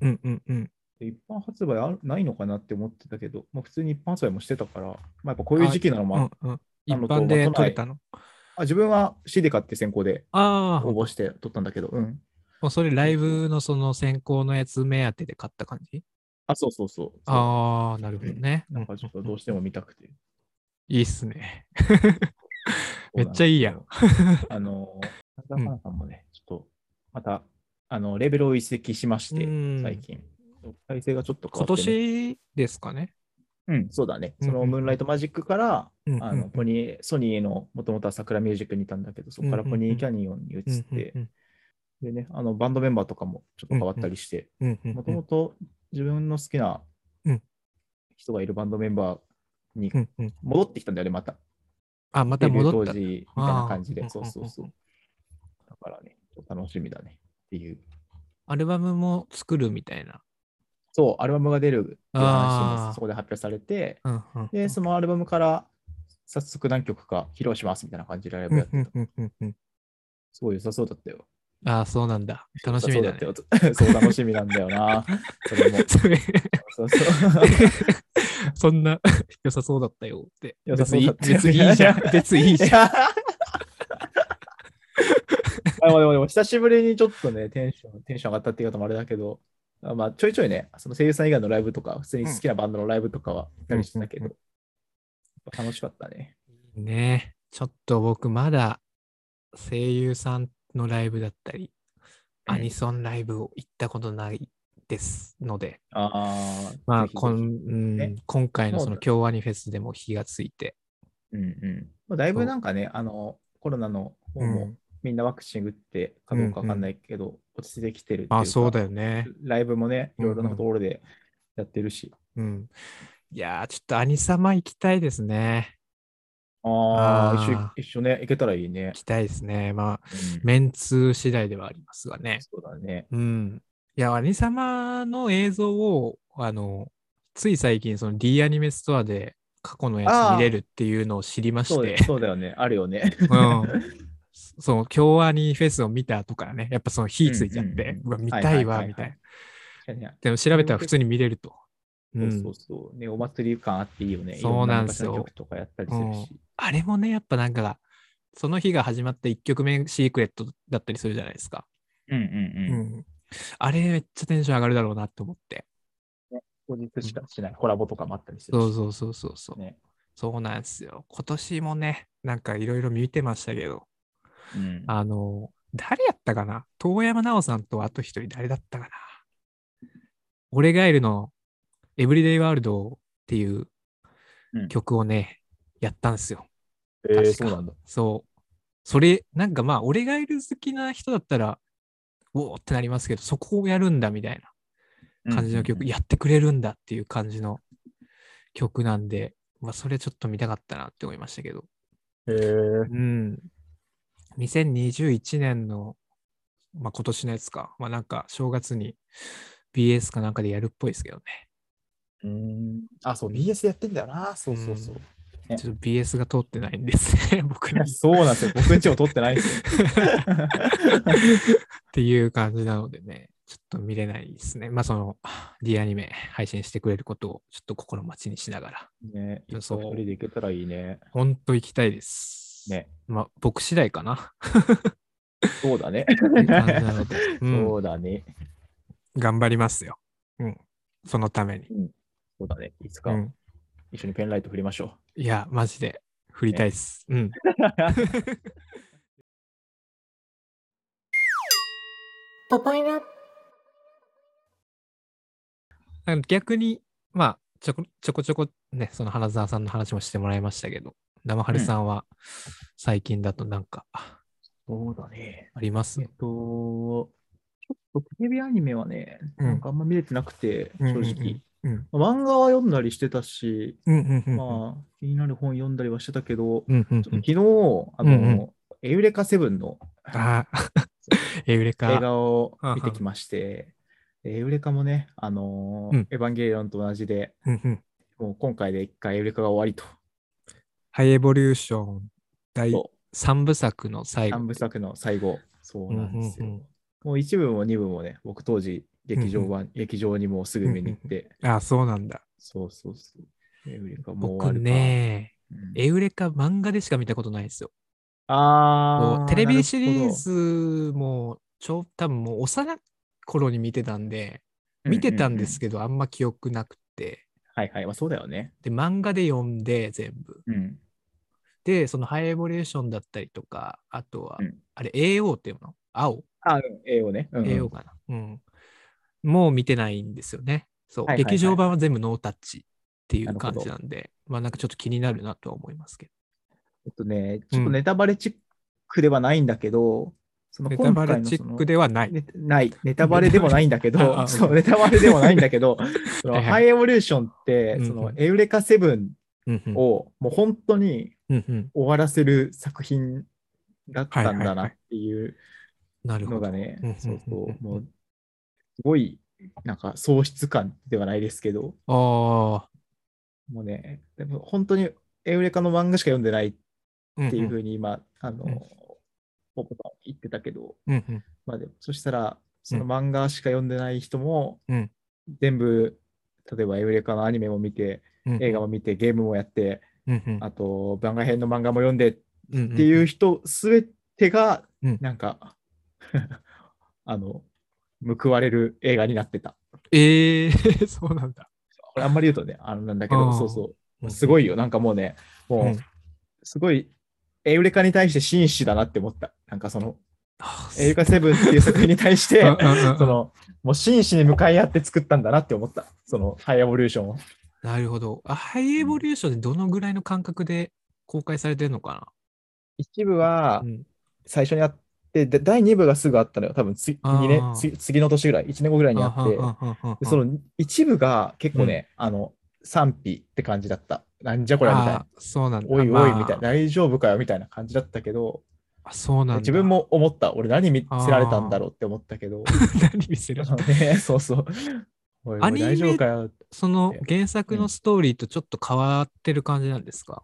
[SPEAKER 2] うんうんうんうん。
[SPEAKER 1] で一般発売あるないのかなって思ってたけど、まあ、普通に一般発売もしてたから、まあ、やっぱこういう時期なのもあっ
[SPEAKER 2] うんうん一
[SPEAKER 1] あの
[SPEAKER 2] 般で撮れたの
[SPEAKER 1] あ自分は CD 買って先行で
[SPEAKER 2] ああ、
[SPEAKER 1] 応募して撮ったんだけど、うん。
[SPEAKER 2] もうそれライブのその先行のやつ目当てで買った感じ
[SPEAKER 1] あ、そうそうそう。
[SPEAKER 2] ああ、なるほどね。
[SPEAKER 1] なんかちょっとどうしても見たくて。
[SPEAKER 2] いいっすね。めっちゃいいやん。
[SPEAKER 1] <laughs> あの、田中さんもね、ちょっと、また、あの、レベルを移籍しまして、
[SPEAKER 2] うん
[SPEAKER 1] 最近。体制がちょっと
[SPEAKER 2] 今
[SPEAKER 1] 変わってね、
[SPEAKER 2] 年ですかね。
[SPEAKER 1] うん、そうだね。
[SPEAKER 2] うん
[SPEAKER 1] その、ムーンライトマジックから、
[SPEAKER 2] うんうん
[SPEAKER 1] あのポニーソニーの、もともとは桜ミュージックにいたんだけど、そこからポニーキャニオンに移
[SPEAKER 2] うん
[SPEAKER 1] って、でね、あの、バンドメンバーとかもちょっと変わったりして、
[SPEAKER 2] うんうんうん
[SPEAKER 1] もともと自分の好きな
[SPEAKER 2] うん
[SPEAKER 1] 人がいるバンドメンバーに
[SPEAKER 2] うんうん
[SPEAKER 1] 戻ってきたんだよね、また。
[SPEAKER 2] あ、また
[SPEAKER 1] デビュー
[SPEAKER 2] 戻っ
[SPEAKER 1] 当
[SPEAKER 2] た。
[SPEAKER 1] 時みたいな感じ
[SPEAKER 2] あ
[SPEAKER 1] で、
[SPEAKER 2] ー
[SPEAKER 1] そうそう
[SPEAKER 2] う
[SPEAKER 1] そ
[SPEAKER 2] んうんうんう
[SPEAKER 1] う。だからね、楽しみだねっていう。
[SPEAKER 2] アルバムも作るみたいな。
[SPEAKER 1] そう、アルバムが出るっていう話
[SPEAKER 2] あー
[SPEAKER 1] もそこで発表されて、
[SPEAKER 2] うんうんう
[SPEAKER 1] で、
[SPEAKER 2] ん
[SPEAKER 1] そのアルバムから早速何曲か披露しますみたいな感じでライブ
[SPEAKER 2] う
[SPEAKER 1] やっ
[SPEAKER 2] んう
[SPEAKER 1] てた。
[SPEAKER 2] んうんうんうん
[SPEAKER 1] すごい良さそうだったよ。
[SPEAKER 2] ああ、そうなんだ。楽しみだね。
[SPEAKER 1] 良さそうだったよ。 <laughs> そう、楽しみなんだよな。
[SPEAKER 2] <laughs>
[SPEAKER 1] それも。
[SPEAKER 2] それ
[SPEAKER 1] そうそう。
[SPEAKER 2] そんな <laughs> 良さそうだったよって。
[SPEAKER 1] 良さそうだったよ
[SPEAKER 2] 別にいいじゃん。 <laughs> 別にいいじゃん。
[SPEAKER 1] ん。あでもでもでも久しぶりにちょっとね、テンション、テンション上がったっていう方もあれだけど、あまあ、ちょいちょいね、その声優さん以外のライブとか、普通に好きなバンドのライブとかはやったりしてたけど、
[SPEAKER 2] うん
[SPEAKER 1] やっぱ楽しかったね。
[SPEAKER 2] ねえ、ちょっと僕まだ声優さんのライブだったり、
[SPEAKER 1] うん
[SPEAKER 2] アニソンライブを行ったことないですので、
[SPEAKER 1] ああ、
[SPEAKER 2] まあ
[SPEAKER 1] ぜひぜひ
[SPEAKER 2] こん、うん
[SPEAKER 1] ね
[SPEAKER 2] 今回のそ
[SPEAKER 1] そう
[SPEAKER 2] の
[SPEAKER 1] だ
[SPEAKER 2] 京アニフェスでも火がついて、
[SPEAKER 1] うんうんまあ、だいぶなんかね、あの、コロナの方
[SPEAKER 2] う
[SPEAKER 1] も
[SPEAKER 2] ん
[SPEAKER 1] みんなワクチン打ってかどうかわかんないけど、落ち着いてきてるっていうか
[SPEAKER 2] あ、そうだよね。
[SPEAKER 1] ライブもね、いろいろなところでやってるし。
[SPEAKER 2] うん。いやー、ちょっとアニ様行きたいですね。
[SPEAKER 1] ああ、一緒
[SPEAKER 2] あー
[SPEAKER 1] 一緒ね、行けたらいいね
[SPEAKER 2] 行。きたいですね。まあ、
[SPEAKER 1] うん
[SPEAKER 2] メンツ次第ではありますがね。
[SPEAKER 1] そうだね。
[SPEAKER 2] うん。いや、アニ様の映像を、あの、つい最近、その D アニメストアで過去のやつ
[SPEAKER 1] あー
[SPEAKER 2] 見れるっていうのを知りまし
[SPEAKER 1] そう
[SPEAKER 2] て
[SPEAKER 1] だ、そうだよね。あるよね。
[SPEAKER 2] うん。その京アニフェスを見た後からね、やっぱその火ついちゃって、
[SPEAKER 1] うんうんうん
[SPEAKER 2] う <laughs> わ、見たいわ、
[SPEAKER 1] はいはいはいはい
[SPEAKER 2] みたいな。
[SPEAKER 1] いや
[SPEAKER 2] でも調べたら普通に見れると。う
[SPEAKER 1] そうそ
[SPEAKER 2] ん
[SPEAKER 1] う、そう。ね、お祭り感あっていいよね。
[SPEAKER 2] そうなんですよ
[SPEAKER 1] いろな昔の曲とかやったりするし。
[SPEAKER 2] あれもね、やっぱなんか、その日が始まって1曲目シークレットだったりするじゃないですか。
[SPEAKER 1] う
[SPEAKER 2] う
[SPEAKER 1] んうんうん。
[SPEAKER 2] ん。あれめっちゃテンション上がるだろうなと思って。
[SPEAKER 1] 当日しかしないコラボとかもあったりする
[SPEAKER 2] そう
[SPEAKER 1] し。
[SPEAKER 2] そうそうそうそう。
[SPEAKER 1] ね
[SPEAKER 2] そうなんですよ。今年もね、なんかいろいろ見てましたけど、
[SPEAKER 1] うん
[SPEAKER 2] あの、誰やったかな遠山奈緒さんとあと一人誰だったかな俺ガエルのエブリデイワールドっていう
[SPEAKER 1] うん
[SPEAKER 2] 曲をね、やったんですよ。
[SPEAKER 1] えー
[SPEAKER 2] 確か
[SPEAKER 1] そうなんだ。
[SPEAKER 2] そう。それ、なんかまあ、俺ガエル好きな人だったら、おおってなりますけど、そこをやるんだみたいな感じの曲、
[SPEAKER 1] うん
[SPEAKER 2] やってくれるんだっていう感じの曲なんで、まあ、それちょっと見たかったなって思いましたけど。
[SPEAKER 1] えー
[SPEAKER 2] うん。2021年の、まあ、今年のやつか。まあ、なんか、正月に BS かなんかでやるっぽいですけどね。
[SPEAKER 1] うんあ、そう、BS でやってんだよな。そうそうそう。ね
[SPEAKER 2] ちょっと BS が通ってないんですね、 <laughs> 僕
[SPEAKER 1] い
[SPEAKER 2] の
[SPEAKER 1] や <laughs> そうなんですよ。僕んちも撮ってないんですよ。
[SPEAKER 2] <laughs> っていう感じなのでね、ちょっと見れないですね。まあ、その、D アニメ配信してくれることを、ちょっと心待ちにしながら、
[SPEAKER 1] ね、一
[SPEAKER 2] そう
[SPEAKER 1] 人で行けたらいいね。
[SPEAKER 2] ほんと行きたいです。。
[SPEAKER 1] ね、
[SPEAKER 2] まあ、僕次第かな。
[SPEAKER 1] そうだね。
[SPEAKER 2] っていう感じなので、うん
[SPEAKER 1] そうだね。
[SPEAKER 2] 頑張りますよ。うん。そのために。
[SPEAKER 1] そうだね。いつ
[SPEAKER 2] う
[SPEAKER 1] か
[SPEAKER 2] ん。
[SPEAKER 1] 一緒にペンライト振りましょ
[SPEAKER 2] いや、マジで振りたいっす。うん。 <laughs>
[SPEAKER 3] ポパイナ
[SPEAKER 2] あの逆に、まあ、ちょこちょこちょこね、その花澤さんの話もしてもらいましたけど、生春さんは最近だとなんかあ
[SPEAKER 1] う。そうだね。
[SPEAKER 2] ります
[SPEAKER 1] えっと、ちょっとテレビアニメはね、
[SPEAKER 2] うん
[SPEAKER 1] なんかあんま見れてなくて、
[SPEAKER 2] うんうん
[SPEAKER 1] 正
[SPEAKER 2] うん
[SPEAKER 1] 直。
[SPEAKER 2] うん。
[SPEAKER 1] まあ漫画は読んだりしてたし、
[SPEAKER 2] うんうんうんうん。
[SPEAKER 1] まあ、気になる本読んだりはしてたけど、
[SPEAKER 2] うんうん
[SPEAKER 1] ちょっと
[SPEAKER 2] う
[SPEAKER 1] 昨
[SPEAKER 2] ん。
[SPEAKER 1] 日、あの、
[SPEAKER 2] うんうん
[SPEAKER 1] エウレカセブンの
[SPEAKER 2] ああ、 <laughs> エウレ
[SPEAKER 1] 映
[SPEAKER 2] カ。
[SPEAKER 1] 画を見てきまして、でエウレカもね、あのー
[SPEAKER 2] うん
[SPEAKER 1] エヴァンゲリオンと同じで、
[SPEAKER 2] うんうん
[SPEAKER 1] もう今回で一回エウレカが終わりと、
[SPEAKER 2] ハイエボリューション第
[SPEAKER 1] そ
[SPEAKER 2] 3部作の
[SPEAKER 1] う
[SPEAKER 2] 最後
[SPEAKER 1] 三。部作の最後、そうなんですよ。
[SPEAKER 2] うんうんうん
[SPEAKER 1] もう一部も二部もね、僕当時、劇場版、劇場にもうすぐ見に行って、
[SPEAKER 2] ああ、そうなんだ。
[SPEAKER 1] そうそうそう。エウレカもう終わ
[SPEAKER 2] 僕
[SPEAKER 1] るか。
[SPEAKER 2] ね、
[SPEAKER 1] うん
[SPEAKER 2] エウレカ漫画でしか見たことないんですよ。こ
[SPEAKER 1] あ
[SPEAKER 2] う
[SPEAKER 1] ー
[SPEAKER 2] テレビシリーズもちょ多分もう幼い頃に見てたんで見てたんで。
[SPEAKER 1] なるほどうんうんうん
[SPEAKER 2] すけど、あんま記憶なくて
[SPEAKER 1] はいはい、まあ、そうだよね。
[SPEAKER 2] で漫画で読んで全部
[SPEAKER 1] うん。
[SPEAKER 2] でそのハイエボリューションだったりとかあとは、
[SPEAKER 1] うん
[SPEAKER 2] あれ AO っていうの青、
[SPEAKER 1] あ、うん、英語ね。うんうん
[SPEAKER 2] AO かな、うん、もう見てないんですよねそう、
[SPEAKER 1] はいはいはい
[SPEAKER 2] 劇場版は全部ノータッチってい
[SPEAKER 1] な
[SPEAKER 2] う
[SPEAKER 1] るほ
[SPEAKER 2] 感
[SPEAKER 1] ど
[SPEAKER 2] じなんでまあなんかちょっと気になるなとは思いますけど
[SPEAKER 1] えっとね、ちょっとネタバレチックではないんだけど、その
[SPEAKER 2] ネ
[SPEAKER 1] 今
[SPEAKER 2] タ
[SPEAKER 1] 回
[SPEAKER 2] バ
[SPEAKER 1] の
[SPEAKER 2] レチック
[SPEAKER 1] で
[SPEAKER 2] ではない、
[SPEAKER 1] ない、ネタバレでもないんだけ
[SPEAKER 2] ネタバ <laughs> レあ
[SPEAKER 1] ど、
[SPEAKER 2] あ
[SPEAKER 1] そう、
[SPEAKER 2] うん
[SPEAKER 1] ネタバレでもないんだけど、その
[SPEAKER 2] はいはい
[SPEAKER 1] ハイエボリューションって
[SPEAKER 2] う、んうん
[SPEAKER 1] そのエウレカセブン
[SPEAKER 2] うんうん
[SPEAKER 1] をもう本当に
[SPEAKER 2] うんうん、
[SPEAKER 1] 終わらせる作品だったんだなっていう
[SPEAKER 2] なるほ
[SPEAKER 1] の
[SPEAKER 2] ど
[SPEAKER 1] がね
[SPEAKER 2] うんうんうんうん、
[SPEAKER 1] そうそう、もう、すごい、なんか喪失感ではないですけど、
[SPEAKER 2] あ
[SPEAKER 1] もうね、でも本当にエウレカの漫画しか読んでない
[SPEAKER 2] あっ
[SPEAKER 1] っていうふうに今、あの
[SPEAKER 2] うん、
[SPEAKER 1] ポポさん言ってたけど、
[SPEAKER 2] うんうん
[SPEAKER 1] まあでも、そしたら、その漫画しか読んでない人も、
[SPEAKER 2] うん
[SPEAKER 1] 全部、例えばエウレカのアニメも見て、映画
[SPEAKER 2] も、
[SPEAKER 1] も見て、ゲームもやって、
[SPEAKER 2] うんうん
[SPEAKER 1] あと、漫画編の漫画も読んでっ
[SPEAKER 2] うんうん
[SPEAKER 1] ていう人すべてが、
[SPEAKER 2] うん
[SPEAKER 1] なんか、 <laughs> あの、報われる映画になってた。
[SPEAKER 2] ええ <laughs> そうなんだ。
[SPEAKER 1] これあんまり言うとね、あのなんだけ
[SPEAKER 2] あ
[SPEAKER 1] ど、
[SPEAKER 2] ー
[SPEAKER 1] そうそう、すご
[SPEAKER 2] い。
[SPEAKER 1] いよ。なんかもうね、
[SPEAKER 2] う
[SPEAKER 1] も
[SPEAKER 2] ん
[SPEAKER 1] う、すごい、エウレカに対して真摯だなって思った。なんかその、エウレカセブンっていう作品に対して、 <laughs> その、もう真摯に向かい合って作ったんだなって思った。その、ハイエボリューションを。
[SPEAKER 2] なるほど。あハイエボリューションでどのぐらいの感覚で公開されてるのか
[SPEAKER 1] 一部
[SPEAKER 2] な、
[SPEAKER 1] は
[SPEAKER 2] うん
[SPEAKER 1] 最初にあって、で第2部がすぐあったのよ。多分次、
[SPEAKER 2] あー
[SPEAKER 1] 二年次次の年ぐらい、1年後ぐらいにあって、でそ
[SPEAKER 2] の、
[SPEAKER 1] の一部が結構ね、あの、賛否って感じだった。なんじゃこ
[SPEAKER 2] こ
[SPEAKER 1] れみたいな。
[SPEAKER 2] そうなんだ。
[SPEAKER 1] おい
[SPEAKER 2] ま
[SPEAKER 1] おい
[SPEAKER 2] あ
[SPEAKER 1] みたいな。。大丈夫かよみたいな感じだったけど、
[SPEAKER 2] あそうなんだ。
[SPEAKER 1] 自分。も思った。俺何見せられたんだろうって思ったけど、
[SPEAKER 2] <laughs> 何見せる
[SPEAKER 1] ね <laughs> そうそう。おいお
[SPEAKER 2] ア
[SPEAKER 1] い
[SPEAKER 2] ニメ
[SPEAKER 1] 大丈夫かよ。
[SPEAKER 2] その原作のストーリーとちょっと変わってる感じなんですか、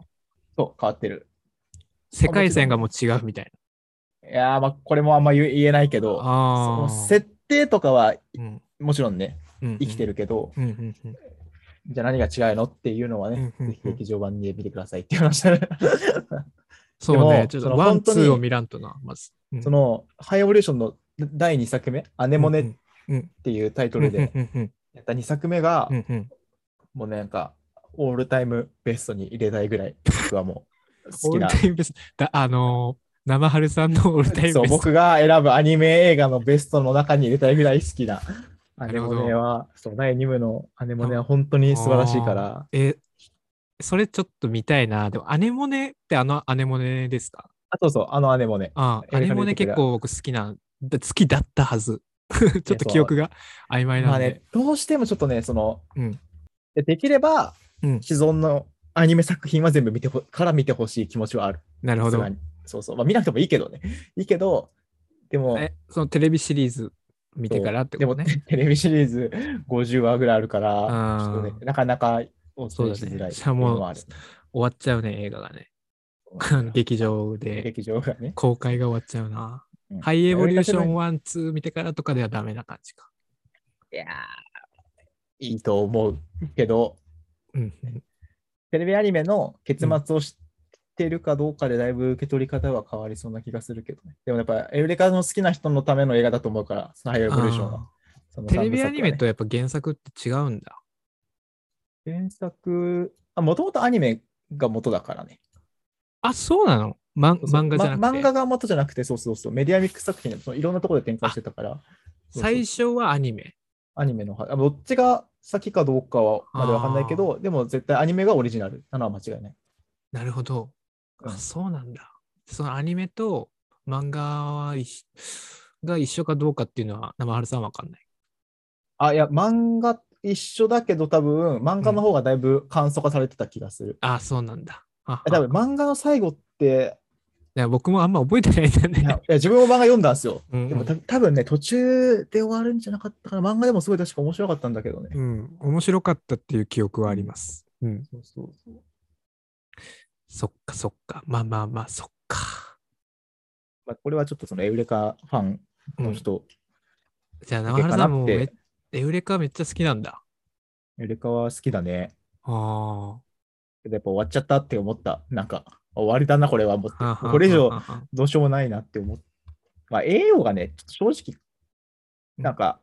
[SPEAKER 1] そう、変わってる。
[SPEAKER 2] 世界線がもう違うみたい
[SPEAKER 1] いやー、まあ、これもあんま言え言えないけ
[SPEAKER 2] な。
[SPEAKER 1] ど、そ
[SPEAKER 2] あ
[SPEAKER 1] の
[SPEAKER 2] あ。
[SPEAKER 1] 設定とかは
[SPEAKER 2] うん
[SPEAKER 1] もちろんね、
[SPEAKER 2] うんうん
[SPEAKER 1] 生きてる。けど、
[SPEAKER 2] うんうんうん
[SPEAKER 1] じゃあ何が違うのっていうのはね、
[SPEAKER 2] うんうんうん
[SPEAKER 1] ぜひ劇場版で見てくださいっていう話だ
[SPEAKER 2] <laughs>
[SPEAKER 1] ね。
[SPEAKER 2] そう
[SPEAKER 1] で
[SPEAKER 2] ね
[SPEAKER 1] も。
[SPEAKER 2] ちょっ
[SPEAKER 1] そ
[SPEAKER 2] と
[SPEAKER 1] の
[SPEAKER 2] ワン、
[SPEAKER 1] 本
[SPEAKER 2] ツ
[SPEAKER 1] 当に
[SPEAKER 2] ーを見らんとな、まず。うん
[SPEAKER 1] その、ハイエボリューションの第2作目、アネモネっ
[SPEAKER 2] うんうん
[SPEAKER 1] ていうタイトルで
[SPEAKER 2] うんうん
[SPEAKER 1] やった2作目が
[SPEAKER 2] う、んうん
[SPEAKER 1] もうなんか、オールタイムベストに入れたいぐらい、僕はもう好
[SPEAKER 2] オ
[SPEAKER 1] き
[SPEAKER 2] ール
[SPEAKER 1] な。
[SPEAKER 2] タイムベストだあのー生春さんのオールタイ
[SPEAKER 1] そ
[SPEAKER 2] ムベ
[SPEAKER 1] う、
[SPEAKER 2] スト。
[SPEAKER 1] 僕が選ぶアニメ映画のベストの中に入れたいぐらい好きな。アネ
[SPEAKER 2] るほ
[SPEAKER 1] モ
[SPEAKER 2] ど
[SPEAKER 1] ネは、そう、第2部のアネモネは本当に素晴らしいから。
[SPEAKER 2] え、それちょっと見たいな。でも、アネモネってあのアネモネですか
[SPEAKER 1] あ、そうそう、あのアネモネ。
[SPEAKER 2] ああ、ア
[SPEAKER 1] 映画
[SPEAKER 2] ネモネ
[SPEAKER 1] 出てくる
[SPEAKER 2] 結構僕好きな、だ好きだったはず。ちょっと記憶が曖昧
[SPEAKER 1] ま
[SPEAKER 2] な
[SPEAKER 1] あ
[SPEAKER 2] ん
[SPEAKER 1] ね
[SPEAKER 2] で。、
[SPEAKER 1] どうしてもちょっとね、その、
[SPEAKER 2] うん
[SPEAKER 1] でできれば、
[SPEAKER 2] うん
[SPEAKER 1] 既存のアニメ作品は全部見てほから見てほしい気持ちはある。
[SPEAKER 2] なるほ
[SPEAKER 1] さす
[SPEAKER 2] ど
[SPEAKER 1] が。にそうそう。まあ見なくてもいいけどね。いいけど、でも、
[SPEAKER 2] え、そのテレビシリーズ見てからって
[SPEAKER 1] で
[SPEAKER 2] こ
[SPEAKER 1] も
[SPEAKER 2] と
[SPEAKER 1] ね
[SPEAKER 2] ね。、
[SPEAKER 1] テレビシリーズ50話ぐらいあるから、
[SPEAKER 2] あー
[SPEAKER 1] ちょっとね、なかなかお
[SPEAKER 2] そうだね
[SPEAKER 1] 伝えしづらいって
[SPEAKER 2] し
[SPEAKER 1] い
[SPEAKER 2] か
[SPEAKER 1] う
[SPEAKER 2] も
[SPEAKER 1] のはある。
[SPEAKER 2] 終わっちゃうね、映画がね。<laughs>
[SPEAKER 1] 劇
[SPEAKER 2] 劇場で
[SPEAKER 1] 劇場がね。
[SPEAKER 2] 公開が終わっちゃうな。
[SPEAKER 1] うん
[SPEAKER 2] ハイエボリューション
[SPEAKER 1] い
[SPEAKER 2] 1、2見てからとかではダメな感じか。
[SPEAKER 1] やーいいと思うけど、
[SPEAKER 2] うん。
[SPEAKER 1] テレビアニメの結末を知ってるかどうかでだいぶ受け取り方は変わりそうな気がするけどね。でもやっぱエウレカの好きな人のための映画だと思うから、そのハイエボリューションは
[SPEAKER 2] あ。ー
[SPEAKER 1] その
[SPEAKER 2] テ
[SPEAKER 1] 三
[SPEAKER 2] レ
[SPEAKER 1] 部作
[SPEAKER 2] ビア
[SPEAKER 1] はね
[SPEAKER 2] ニメとやっぱ原作って違うんだ。
[SPEAKER 1] 原作、あ、もともとアニメが元だからね。
[SPEAKER 2] あ、そうなの、ま、
[SPEAKER 1] そうそう
[SPEAKER 2] 漫画じゃな
[SPEAKER 1] ま
[SPEAKER 2] くて、
[SPEAKER 1] 漫画が元じゃなくて、そうそうそう、メディアミックス作品でそのいろんなところで展開してたから、そうそう
[SPEAKER 2] 最初はアニメ。
[SPEAKER 1] アニメのは、あどっちが先かどうかはまでわかんないけど、でも絶対アニメがオリジナルなのは間違いない。
[SPEAKER 2] なるほど。
[SPEAKER 1] う
[SPEAKER 2] あ、
[SPEAKER 1] ん
[SPEAKER 2] そうなんだ。そのアニメと漫画は一が一緒かどうかっていうのは、生春さんはわかんない。
[SPEAKER 1] あ、いや、漫画一緒だけど、多分漫画の方がだいぶ簡素化されてた気がする。
[SPEAKER 2] あ、そうなんだ。あ
[SPEAKER 1] え多
[SPEAKER 2] あ
[SPEAKER 1] 分漫画の最後って、
[SPEAKER 2] いや僕もあんま覚えてないんだ
[SPEAKER 1] いやい
[SPEAKER 2] ね。
[SPEAKER 1] や自分も漫画読んだんですよ。
[SPEAKER 2] うん
[SPEAKER 1] でもた多分ね、途中で終わるんじゃなかったかな。漫画でもすごい確か面白かったんだけどね。
[SPEAKER 2] うん、面白かったっていう記憶はあります。うん、
[SPEAKER 1] そうそうそう。
[SPEAKER 2] そっかそっか。まあまあまあ、そっか。
[SPEAKER 1] まあ、これはちょっとそのエウレカファンの人、
[SPEAKER 2] じゃあ、生原さんも
[SPEAKER 1] いけかな
[SPEAKER 2] め
[SPEAKER 1] って
[SPEAKER 2] エウレカめっちゃ好きなんだ。
[SPEAKER 1] エウレカは好きだね。
[SPEAKER 2] あ
[SPEAKER 1] けどやっぱ終わっちゃったって思った。なんか、終わりだな、これは思って。
[SPEAKER 2] あ。
[SPEAKER 1] これ以上
[SPEAKER 2] ははは
[SPEAKER 1] どうしようもないなって思った。まあ、栄養がね、ちょっと正直、なんか、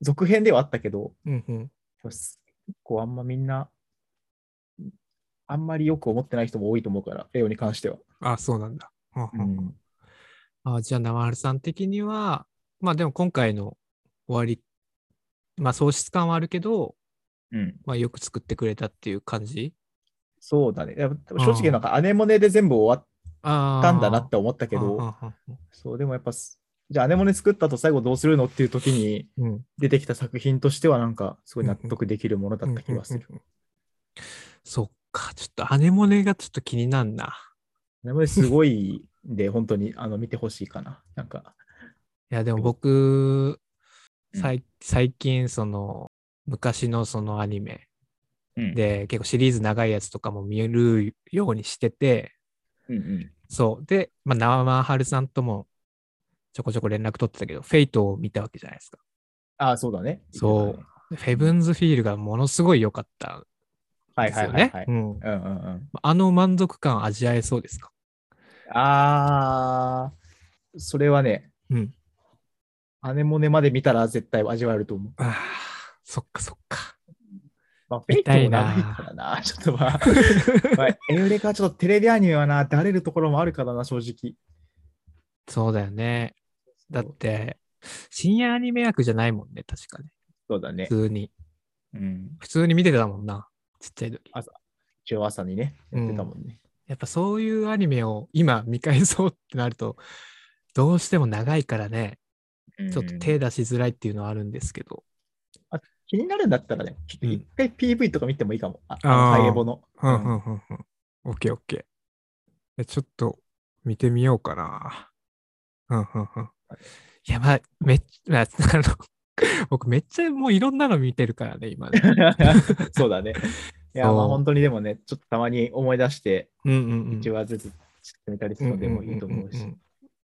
[SPEAKER 1] 続編ではあったけど、
[SPEAKER 2] うんうん。
[SPEAKER 1] 結構あんまみんな、あんまりよく思ってない人も多いと思うから、栄養に関しては。
[SPEAKER 2] あそうなんだ。は
[SPEAKER 1] う
[SPEAKER 2] は
[SPEAKER 1] ん。
[SPEAKER 2] あじゃあ、生春さん的には、まあでも今回の終わり、まあ喪失感はあるけど、
[SPEAKER 1] うん、
[SPEAKER 2] まあよく作ってくれたっていう感じ
[SPEAKER 1] そうだね。やっぱ
[SPEAKER 2] うん
[SPEAKER 1] 正直なんか、アネモネで全部終わ
[SPEAKER 2] あ
[SPEAKER 1] ったんだなってて思ったけど、
[SPEAKER 2] ど。
[SPEAKER 1] そう、でもやっぱ、じゃあアネモネ作ったと最後どうするのっていう時に
[SPEAKER 2] うん。
[SPEAKER 1] 出てきた作品としてはなんか、すごい納得できるものだった気がする。
[SPEAKER 2] うんうんうんうん。そっか、ちょっとアネモネがちょっと気になんな。
[SPEAKER 1] なのですごいんで、本当にあの見てほしいかな。なんか、
[SPEAKER 2] いや、でも僕、
[SPEAKER 1] うん
[SPEAKER 2] さい最近、その、昔のそのアニメ
[SPEAKER 1] うん、
[SPEAKER 2] で、結構シリーズ長いやつとかも見るようにしてて、
[SPEAKER 1] うんうん、
[SPEAKER 2] そう。で、まあ、生春さんともちょこちょこ連絡取ってたけど、フェイトを見たわけじゃないですか。
[SPEAKER 1] ああ、そうだね。
[SPEAKER 2] そうでフェブンズフィールがものすごい良かったん
[SPEAKER 1] はい
[SPEAKER 2] です
[SPEAKER 1] はい
[SPEAKER 2] よ
[SPEAKER 1] はい、
[SPEAKER 2] ね
[SPEAKER 1] はい。
[SPEAKER 2] うん
[SPEAKER 1] うんうんうん。
[SPEAKER 2] あの満足感味わえそうですか
[SPEAKER 1] ああ、それはね、
[SPEAKER 2] うん。
[SPEAKER 1] アネモネまで見たら絶対味わえると思う。
[SPEAKER 2] ああ、そっかそっか。
[SPEAKER 1] まあ、フェ
[SPEAKER 2] 見
[SPEAKER 1] イト
[SPEAKER 2] たい
[SPEAKER 1] も
[SPEAKER 2] な
[SPEAKER 1] 長いからな、ちょっ
[SPEAKER 2] <laughs>
[SPEAKER 1] とまあ、まあ、エウレカはちょっとテレビアニメはな、だれるところもあるからな、正直。
[SPEAKER 2] <laughs> そうだよね。だって、深夜アニメ役じゃないもんね、確かね。
[SPEAKER 1] そうだね。
[SPEAKER 2] 普通に。
[SPEAKER 1] うん。
[SPEAKER 2] 普通に見てたもんな、ちっちゃい時。
[SPEAKER 1] 一応朝にね、やってたもんね。
[SPEAKER 2] やっぱそういうアニメを今見返そうってなると、どうしても長いからね、
[SPEAKER 1] うん
[SPEAKER 2] ちょっと手出しづらいっていうのはあるんですけど。
[SPEAKER 1] 気になるんだったらね、ちょっと一回 PV とか見てもいいかも。あ
[SPEAKER 2] あ
[SPEAKER 1] あ
[SPEAKER 2] ー
[SPEAKER 1] のハイエボの。
[SPEAKER 2] うんうんうんうん。オッケーオッケー。ちょっと見てみようかな。うんうんうん。いや、まあ、めっちゃ、あの、僕めっちゃもういろんなの見てるからね、今ね。
[SPEAKER 1] <laughs> そうだね。いや、ま
[SPEAKER 2] そ
[SPEAKER 1] あ
[SPEAKER 2] う
[SPEAKER 1] 本当にでもね、ちょっとたまに思い出して、
[SPEAKER 2] うんうんうん。
[SPEAKER 1] 一話ずつちょっと見たりするのでもいいと思うし。
[SPEAKER 2] んんんん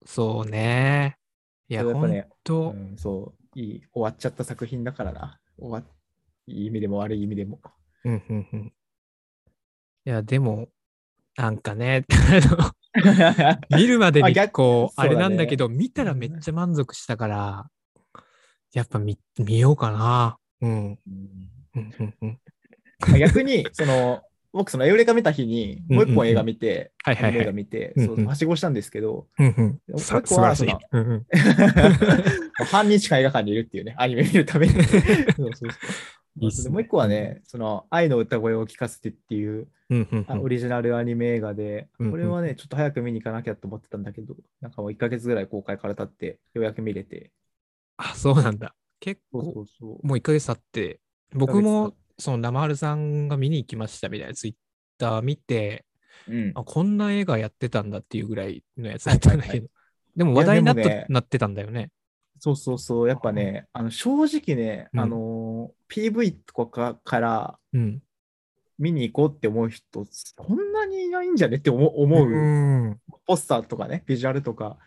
[SPEAKER 2] そうね。いや、
[SPEAKER 1] そうやっ
[SPEAKER 2] ほ
[SPEAKER 1] ぱ
[SPEAKER 2] ん
[SPEAKER 1] ね
[SPEAKER 2] と
[SPEAKER 1] う、ん、そう、いい、終わっちゃった作品だからな。終わっいい意味でも悪い意味でも。
[SPEAKER 2] うんうんうんいや、でも、なんかね、 <laughs> あの見るまで
[SPEAKER 1] あ
[SPEAKER 2] に
[SPEAKER 1] 逆
[SPEAKER 2] こう、
[SPEAKER 1] そ
[SPEAKER 2] あ
[SPEAKER 1] うだね
[SPEAKER 2] れなんだけど、見たらめっちゃ満足したから、やっぱ見見ようかな。うん。
[SPEAKER 1] うん
[SPEAKER 2] うんうんうん
[SPEAKER 1] 逆に、その、僕そのエウレカ見た日に、もう一本映画見て、
[SPEAKER 2] はいはい
[SPEAKER 1] アニ
[SPEAKER 2] は
[SPEAKER 1] メ映画
[SPEAKER 2] い。
[SPEAKER 1] 見て、
[SPEAKER 2] うんうん
[SPEAKER 1] そうはしごしたんですけど、
[SPEAKER 2] うんうん
[SPEAKER 1] もう一
[SPEAKER 2] さ素晴
[SPEAKER 1] 個
[SPEAKER 2] ら
[SPEAKER 1] は
[SPEAKER 2] し
[SPEAKER 1] そ
[SPEAKER 2] い
[SPEAKER 1] の。
[SPEAKER 2] うんうん
[SPEAKER 1] 半日間映画館にいるっていうね、アニメ見るた
[SPEAKER 2] <laughs>
[SPEAKER 1] めに。そうそうそう
[SPEAKER 2] いいっすね
[SPEAKER 1] もう一個はね、その愛の歌声を聞かせてっていう
[SPEAKER 2] うんうん
[SPEAKER 1] あ
[SPEAKER 2] う
[SPEAKER 1] オ
[SPEAKER 2] ん
[SPEAKER 1] リジナルアニメ映画で、
[SPEAKER 2] うんうん
[SPEAKER 1] これはね、ちょっと早く見に行かなきゃと思ってたんだけど、なんかもう1ヶ月ぐらい公開から経って、ようやく見れて。
[SPEAKER 2] あ、そうなんだ。結
[SPEAKER 1] そう
[SPEAKER 2] 構
[SPEAKER 1] そうそう。
[SPEAKER 2] もう1ヶ月経って、僕もその生春さんが見に行きましたみたいなツイッター見て、
[SPEAKER 1] うん、
[SPEAKER 2] あこんな映画やってたんだっていうぐらいのやつだったんだけど、
[SPEAKER 1] はいはいは
[SPEAKER 2] でも話題になった
[SPEAKER 1] いやでもね
[SPEAKER 2] なってたんだよね。
[SPEAKER 1] そうそうそう。やっぱね、あの正直ね、
[SPEAKER 2] うん
[SPEAKER 1] あのー PV とかから
[SPEAKER 2] うん。
[SPEAKER 1] 見に行こうって思う人、そんなにいないんじゃねって思う思う、
[SPEAKER 2] ん。
[SPEAKER 1] ポスターとかね、ビジュアルとか、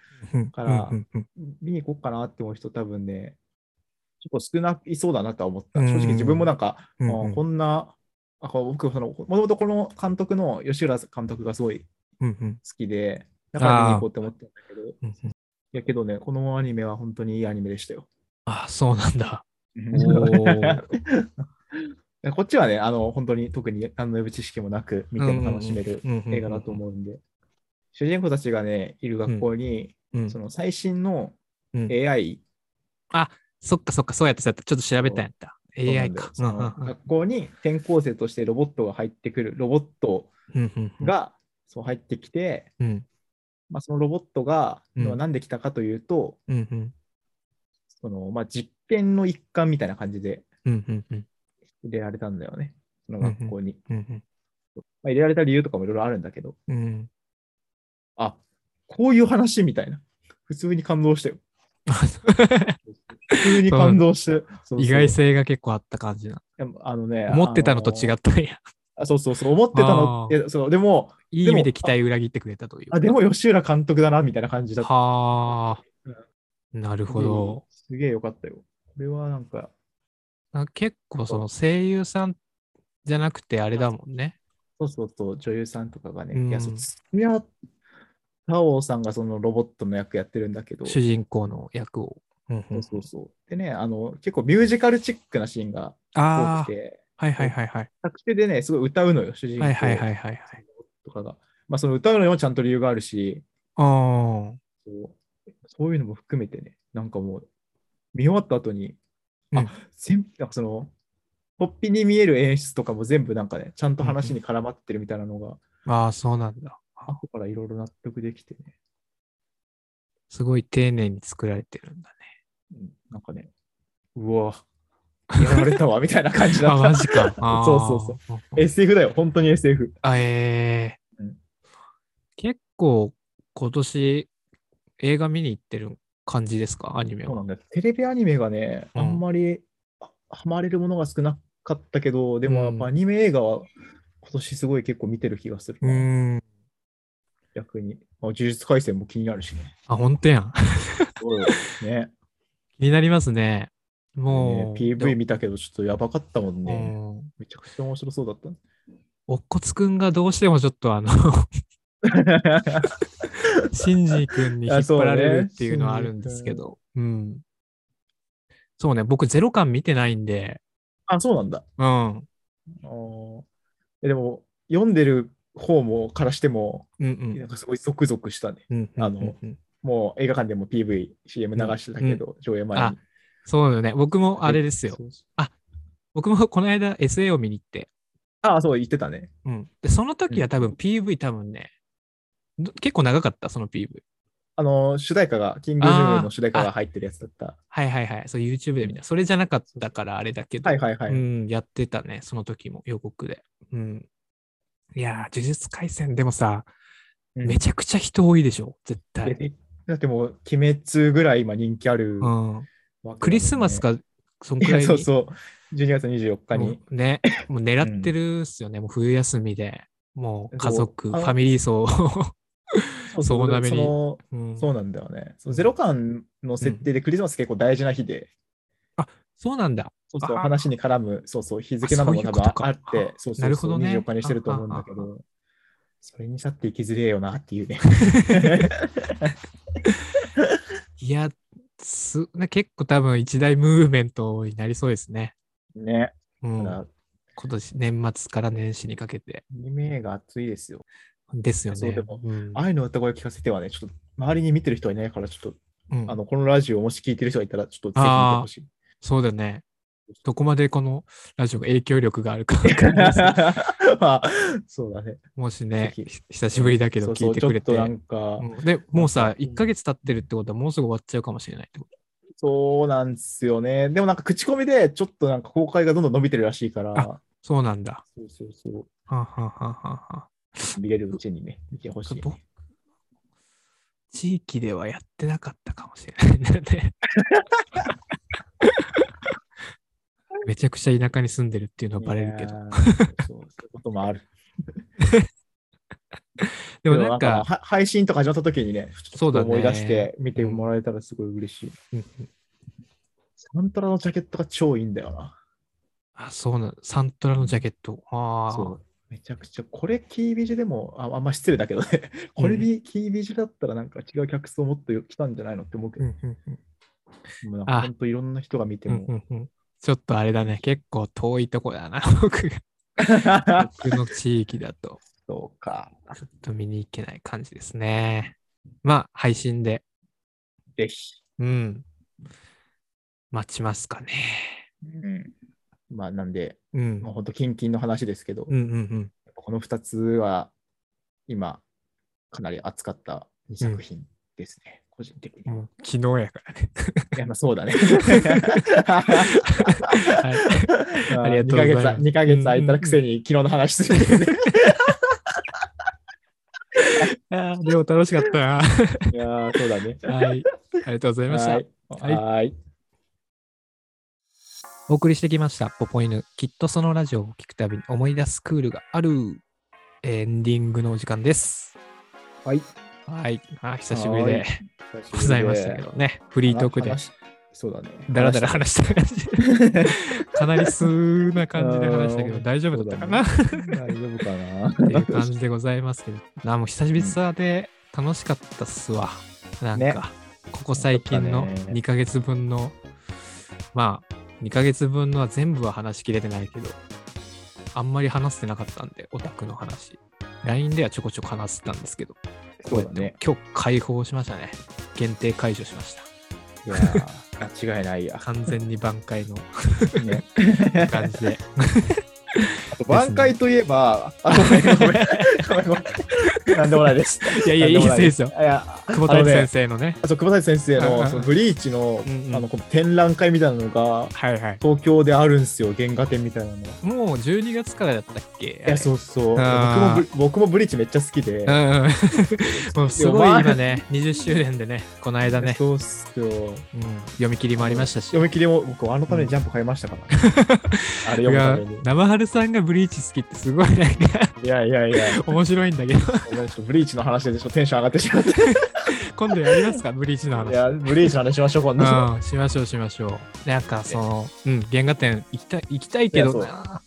[SPEAKER 1] から
[SPEAKER 2] うんうん
[SPEAKER 1] 見に行こうかなって思う人、多分ね、ちょっと少ないそうだなとは思った。
[SPEAKER 2] うん
[SPEAKER 1] 正直自分もなんか、
[SPEAKER 2] うん
[SPEAKER 1] あーこんな、あこう僕その、もともとこの監督の吉浦監督がすごい好
[SPEAKER 2] うんうん
[SPEAKER 1] きで、だから見に行こうって思ってたんだけど、い
[SPEAKER 2] うんうん
[SPEAKER 1] やけどね、このアニメは本当にいいアニメでしたよ。
[SPEAKER 2] あ、そうなんだ。お
[SPEAKER 1] い
[SPEAKER 2] ー
[SPEAKER 1] や <laughs> こっちはね、あの本当に特に何の予備知識もなく見ても楽しめる映画だと思うんで、主人公たちがね、いる学校に、
[SPEAKER 2] うん。
[SPEAKER 1] その最新の
[SPEAKER 2] うん
[SPEAKER 1] AI
[SPEAKER 2] そっかそっか、そうやってさ、ちょっと調べたんやった。AI か。
[SPEAKER 1] そうなんだよその学校に転校生としてロボットが入ってくる、ロボット
[SPEAKER 2] うんうんうん、
[SPEAKER 1] がそう入ってきて、
[SPEAKER 2] うん
[SPEAKER 1] まあ、そのロボットが
[SPEAKER 2] うん
[SPEAKER 1] のは何で来たかというと、
[SPEAKER 2] うんうん
[SPEAKER 1] そのまあ、実験の一環みたいな感じで
[SPEAKER 2] うんうんうん
[SPEAKER 1] 入れられたんだよね、その学校に。
[SPEAKER 2] うん
[SPEAKER 1] まあ、入れられた理由とかもいろいろあるんだけど、
[SPEAKER 2] うんうん。
[SPEAKER 1] あこういう話みたいな。普通に感動したよ。普通に感動して。そうそう
[SPEAKER 2] 意外性が結構あった感じな。
[SPEAKER 1] いやあのね、
[SPEAKER 2] 思ってたのと違
[SPEAKER 1] あ
[SPEAKER 2] ったんや。
[SPEAKER 1] あそうそうそう、思ってたのって、そうでも、
[SPEAKER 2] いい意味で期待裏切ってくれたというか。
[SPEAKER 1] あでも吉浦監督だなみたいな感じだった。
[SPEAKER 2] はあ
[SPEAKER 1] うん。
[SPEAKER 2] なるほど。
[SPEAKER 1] すげえよかったよ。これはなんか、
[SPEAKER 2] あ結構その声優さんじゃなくてあれだもんね。
[SPEAKER 1] そうそうそう、女優さんとかがね、
[SPEAKER 2] うん
[SPEAKER 1] いや、そう、いや、タオさんがそのロボットの役やってるんだけど、
[SPEAKER 2] 主人公の役を。
[SPEAKER 1] そうそうそう。でね、あの、結構ミュージカルチックなシーンが多
[SPEAKER 2] あ
[SPEAKER 1] くて、
[SPEAKER 2] あ、はいはいはいはい。
[SPEAKER 1] 作詞でね、すごい歌うのよ、主人公
[SPEAKER 2] はいはいはいはいはい。
[SPEAKER 1] とかが。まあ、その歌うのにもちゃんと理由があるし、
[SPEAKER 2] ああ。
[SPEAKER 1] そうそういうのも含めてね、なんかもう、見終わった後に、
[SPEAKER 2] うん
[SPEAKER 1] あ、全なんかその、ポッピに見える演出とかも全部なんかね、ちゃんと話に絡まってるみたいなのが、
[SPEAKER 2] ああ、そうなんだ。
[SPEAKER 1] 後からいろいろ納得できてね、
[SPEAKER 2] すごい丁寧に作られてるんだ
[SPEAKER 1] うんなんかね、うわ、やられたわ、みたいな感じ
[SPEAKER 2] ね。<laughs>
[SPEAKER 1] だ
[SPEAKER 2] あ、
[SPEAKER 1] っ
[SPEAKER 2] マ
[SPEAKER 1] た。
[SPEAKER 2] ジか。あー
[SPEAKER 1] そうそう
[SPEAKER 2] そう。
[SPEAKER 1] SF だよ、本当に SF。
[SPEAKER 2] あえー
[SPEAKER 1] うん
[SPEAKER 2] 結構今年映画見に行ってる感じですかアニメ
[SPEAKER 1] そうな
[SPEAKER 2] は。
[SPEAKER 1] んだよテレビアニメがね、
[SPEAKER 2] うん
[SPEAKER 1] あんまりあハマれるものが少なかったけど、でもや
[SPEAKER 2] う
[SPEAKER 1] っ
[SPEAKER 2] ん
[SPEAKER 1] ぱアニメ映画は今年すごい結構見てる気がするな、
[SPEAKER 2] ん。
[SPEAKER 1] 逆に。まあ、呪術廻戦も気になるしね。
[SPEAKER 2] あ、本当やん。 <laughs>
[SPEAKER 1] ね
[SPEAKER 2] 気になりますね。も
[SPEAKER 1] ね
[SPEAKER 2] う。
[SPEAKER 1] PV 見たけど、ちょっとやばかったも
[SPEAKER 2] う
[SPEAKER 1] んね。
[SPEAKER 2] ん
[SPEAKER 1] めちゃくちゃ面白そうだった。
[SPEAKER 2] おっこつくんがどうしてもちょっとあ
[SPEAKER 1] <laughs>
[SPEAKER 2] の、シンジ君に引っ張られるっていうのはあるんですけど。うん。そうね、僕ゼロ感見てないんで、
[SPEAKER 1] あ、そうなんだ。
[SPEAKER 2] うん。
[SPEAKER 1] あーえでも、読んでる方もからしても、
[SPEAKER 2] うんう
[SPEAKER 1] なん
[SPEAKER 2] ん
[SPEAKER 1] かすごいゾクゾクしたね。
[SPEAKER 2] うん。
[SPEAKER 1] あの
[SPEAKER 2] うんうん
[SPEAKER 1] もう映画館でも PV、CM 流してたけど、上映前に
[SPEAKER 2] あ。そうだよね。僕もあれですよ
[SPEAKER 1] そ。うそう
[SPEAKER 2] 僕も <laughs> この間 SA を見に行って、
[SPEAKER 1] ああ、そう、言ってたね。
[SPEAKER 2] うん、でその時は多分 PV 多分ね、ど結構長かった、その PV。
[SPEAKER 1] あの、主題歌が、キングジムの主題歌が入ってるやつだった。
[SPEAKER 2] はいはいはい。そう YouTube で見た。それじゃなかったからあれだけど、
[SPEAKER 1] はいはいはい。
[SPEAKER 2] うん、やってたね、その時も予告で。うん、いやー、呪術廻戦でもさ、
[SPEAKER 1] うん
[SPEAKER 2] めちゃくちゃ人多いでしょ、絶対。
[SPEAKER 1] でだってもう、鬼滅ぐらい今人気ある、
[SPEAKER 2] うん、クリスマス。か、そん
[SPEAKER 1] い
[SPEAKER 2] くらいに
[SPEAKER 1] や、そうそう。12月24日に。
[SPEAKER 2] もうね、もう狙ってるっすよね、もう冬休みで、もう家族、フ
[SPEAKER 1] そうあの
[SPEAKER 2] ァミリー層を。そうなめに
[SPEAKER 1] その
[SPEAKER 2] うん
[SPEAKER 1] そうなんだよね。そのゼロ感の設定でクリスマス結構大事な日で、
[SPEAKER 2] そうなんだ。
[SPEAKER 1] そうそう、
[SPEAKER 2] あー
[SPEAKER 1] 話に絡む、そうそう、日付なども多
[SPEAKER 2] あそう
[SPEAKER 1] 分
[SPEAKER 2] いうことか
[SPEAKER 1] あって
[SPEAKER 2] あ、
[SPEAKER 1] そうそうそう
[SPEAKER 2] なるほどね
[SPEAKER 1] 24日にしてると思うんだけ
[SPEAKER 2] あ
[SPEAKER 1] ど、それに去っていきづれえよなっ
[SPEAKER 2] <laughs>
[SPEAKER 1] ていうね。
[SPEAKER 2] いや、すな結構多分一大ムーブメントになりそうですね。
[SPEAKER 1] ね。
[SPEAKER 2] うん、
[SPEAKER 1] だから
[SPEAKER 2] 今年、年末から年始にかけて。
[SPEAKER 1] アニメが熱いですよ。
[SPEAKER 2] ですよね。
[SPEAKER 1] そうでも
[SPEAKER 2] うん
[SPEAKER 1] 愛の歌声を聞かせてはね、ちょっと周りに見てる人はいないから、ちょっと、
[SPEAKER 2] うん
[SPEAKER 1] あの、このラジオをもし聞いてる人がいたら、ちょっとぜひ見てほしい。
[SPEAKER 2] そうだね。どこまでこのラジオが影響力があるかわかんない
[SPEAKER 1] <laughs>
[SPEAKER 2] ですけど
[SPEAKER 1] まあ、そうだね。
[SPEAKER 2] もしね
[SPEAKER 1] ぜ、ひ
[SPEAKER 2] ひ久しぶりだけど
[SPEAKER 1] そう
[SPEAKER 2] 聞
[SPEAKER 1] そ
[SPEAKER 2] いうて
[SPEAKER 1] ちょ
[SPEAKER 2] く
[SPEAKER 1] っ
[SPEAKER 2] れ
[SPEAKER 1] と
[SPEAKER 2] て。
[SPEAKER 1] なんか、
[SPEAKER 2] うんで、もうさ、1ヶ月経ってるってことはもうすぐ終わっちゃうかもしれないってこと。
[SPEAKER 1] そうなんですよね。でもなんか口コミで、ちょっとなんか公開がどんどん伸びてるらしいから、
[SPEAKER 2] あそうなんだ。
[SPEAKER 1] そうそうそ
[SPEAKER 2] はんはんはんはんはん
[SPEAKER 1] う。見れるうちにね、見てほしい、
[SPEAKER 2] 僕地域ではやってなかったかもしれないんだよ
[SPEAKER 1] <laughs>
[SPEAKER 2] ね。めちゃくちゃ田舎に住んでるっていうのはバレるけ
[SPEAKER 1] い
[SPEAKER 2] ど。
[SPEAKER 1] やー。そうそういうこともある。
[SPEAKER 2] でもなんか、
[SPEAKER 1] は配信とか始まった時にね、
[SPEAKER 2] そうだね
[SPEAKER 1] 思い出して見てもらえたらすごい嬉しい。
[SPEAKER 2] うん
[SPEAKER 1] サントラのジャケットが超いいんだよな。
[SPEAKER 2] あ、そうなのサントラのジャケット。あ
[SPEAKER 1] そ
[SPEAKER 2] あ
[SPEAKER 1] う。めちゃくちゃ、これキービジュでも、ああんま失礼だけどね、これビキービジュだったらなんか違う客層もっと来たんじゃないのって思うけ
[SPEAKER 2] う
[SPEAKER 1] ど、
[SPEAKER 2] んうんうん
[SPEAKER 1] もうなんか
[SPEAKER 2] あ
[SPEAKER 1] 本当いろんな人が見て
[SPEAKER 2] うん
[SPEAKER 1] も
[SPEAKER 2] う、んうんちょっとあれだね、結構遠いとこだな、 <laughs> 僕が。僕の地域だ <laughs> と、
[SPEAKER 1] <laughs> そうか、
[SPEAKER 2] ちょっと見に行けない感じですね。まあ、配信で、
[SPEAKER 1] ぜひ。
[SPEAKER 2] うん。待ちますかね。
[SPEAKER 1] うんまあなんで、
[SPEAKER 2] うん。
[SPEAKER 1] もう本当、キンキンの話ですけど、
[SPEAKER 2] うんうんうん。
[SPEAKER 1] この2つは今、かなり熱かった2作品ですね、個人的に。
[SPEAKER 2] もう昨日やからね。
[SPEAKER 1] いや、まあそうだね。
[SPEAKER 2] い <laughs> ありがとうございます
[SPEAKER 1] 2ヶ月空いたらくせに昨日の話するんだよね。
[SPEAKER 2] <laughs> あーでも楽しかったな。
[SPEAKER 1] いやー、そうだね。
[SPEAKER 2] はい。ありがとうございました。
[SPEAKER 1] はい。はい。
[SPEAKER 2] お送りしてきました、ポポ犬。きっとそのラジオを聞くたびに思い出すクールがあるエンディングのお時間です。
[SPEAKER 1] はい。
[SPEAKER 2] はい。あー久しぶりで
[SPEAKER 1] は
[SPEAKER 2] ございましたけどね。フリートークで
[SPEAKER 1] 話。し。そうだね。
[SPEAKER 2] だらだら話した感じ。かなり素な感じで話したけ
[SPEAKER 1] あ
[SPEAKER 2] ど、
[SPEAKER 1] ー
[SPEAKER 2] 大丈夫だったかな、っ
[SPEAKER 1] そうだね大丈夫か
[SPEAKER 2] <laughs>
[SPEAKER 1] な。
[SPEAKER 2] ていう感じでございますけど。なあもう久しぶりさで楽しかったっすわ。なんか、
[SPEAKER 1] ね
[SPEAKER 2] ここ最近の
[SPEAKER 1] よかったね
[SPEAKER 2] 2ヶ月分の、まあ、2ヶ月分のは全部は話しきれてないけど、あんまり話してなかったんで、オタクの話。LINE ではちょこちょこ話してたんですけど、
[SPEAKER 1] そ
[SPEAKER 2] こ
[SPEAKER 1] う
[SPEAKER 2] う
[SPEAKER 1] だ
[SPEAKER 2] やっ
[SPEAKER 1] ね
[SPEAKER 2] て。今日解放しましたね。限定解除しました。
[SPEAKER 1] いやー間違いないや。
[SPEAKER 2] 完全に挽回の
[SPEAKER 1] ね
[SPEAKER 2] 感じで。
[SPEAKER 1] あと挽回といえば、あごめんごめんごめんごめん。 <laughs> なんで <laughs> もないです。
[SPEAKER 2] いやいや、いいですよいいですよ
[SPEAKER 1] い。や、
[SPEAKER 2] 久保田
[SPEAKER 1] あのね
[SPEAKER 2] 先生のね。
[SPEAKER 1] あそう久保田先生
[SPEAKER 2] うんうんう
[SPEAKER 1] の
[SPEAKER 2] ん
[SPEAKER 1] そのブリーチの
[SPEAKER 2] うんうん
[SPEAKER 1] あのこの展覧会みたいなのが
[SPEAKER 2] はいはい。
[SPEAKER 1] 東京であるんですよ、原画展みたいなの。い
[SPEAKER 2] もう12月からだったっけ
[SPEAKER 1] や、そうそう。僕も
[SPEAKER 2] あー
[SPEAKER 1] ブ僕もブリーチめっちゃ好きで
[SPEAKER 2] う。ん
[SPEAKER 1] <laughs>
[SPEAKER 2] うん。もうすごい今ね、20周年でね、この間ね、
[SPEAKER 1] そうっすよ。
[SPEAKER 2] うん、読み切りもありましたし。
[SPEAKER 1] 読み切りも僕、あのためにジャンプ買いまし
[SPEAKER 2] <laughs>
[SPEAKER 1] たからね。あれ
[SPEAKER 2] い
[SPEAKER 1] 読むた
[SPEAKER 2] や
[SPEAKER 1] めに。、
[SPEAKER 2] 生春さんがブリーチ好きってすごいなんか
[SPEAKER 1] いやいやいや、
[SPEAKER 2] <laughs> 面白いんだけど、 <laughs>
[SPEAKER 1] ごめんちょっとブリーチの話でちょっとテンション上がってしまって。い
[SPEAKER 2] 今度やりますか、ブリーチの話。
[SPEAKER 1] や、ブリーチの話しましょう、今度。
[SPEAKER 2] うん、しましょうしましょう。なんかその、うん、原画展行きたい行きたいけど
[SPEAKER 1] いや
[SPEAKER 2] な。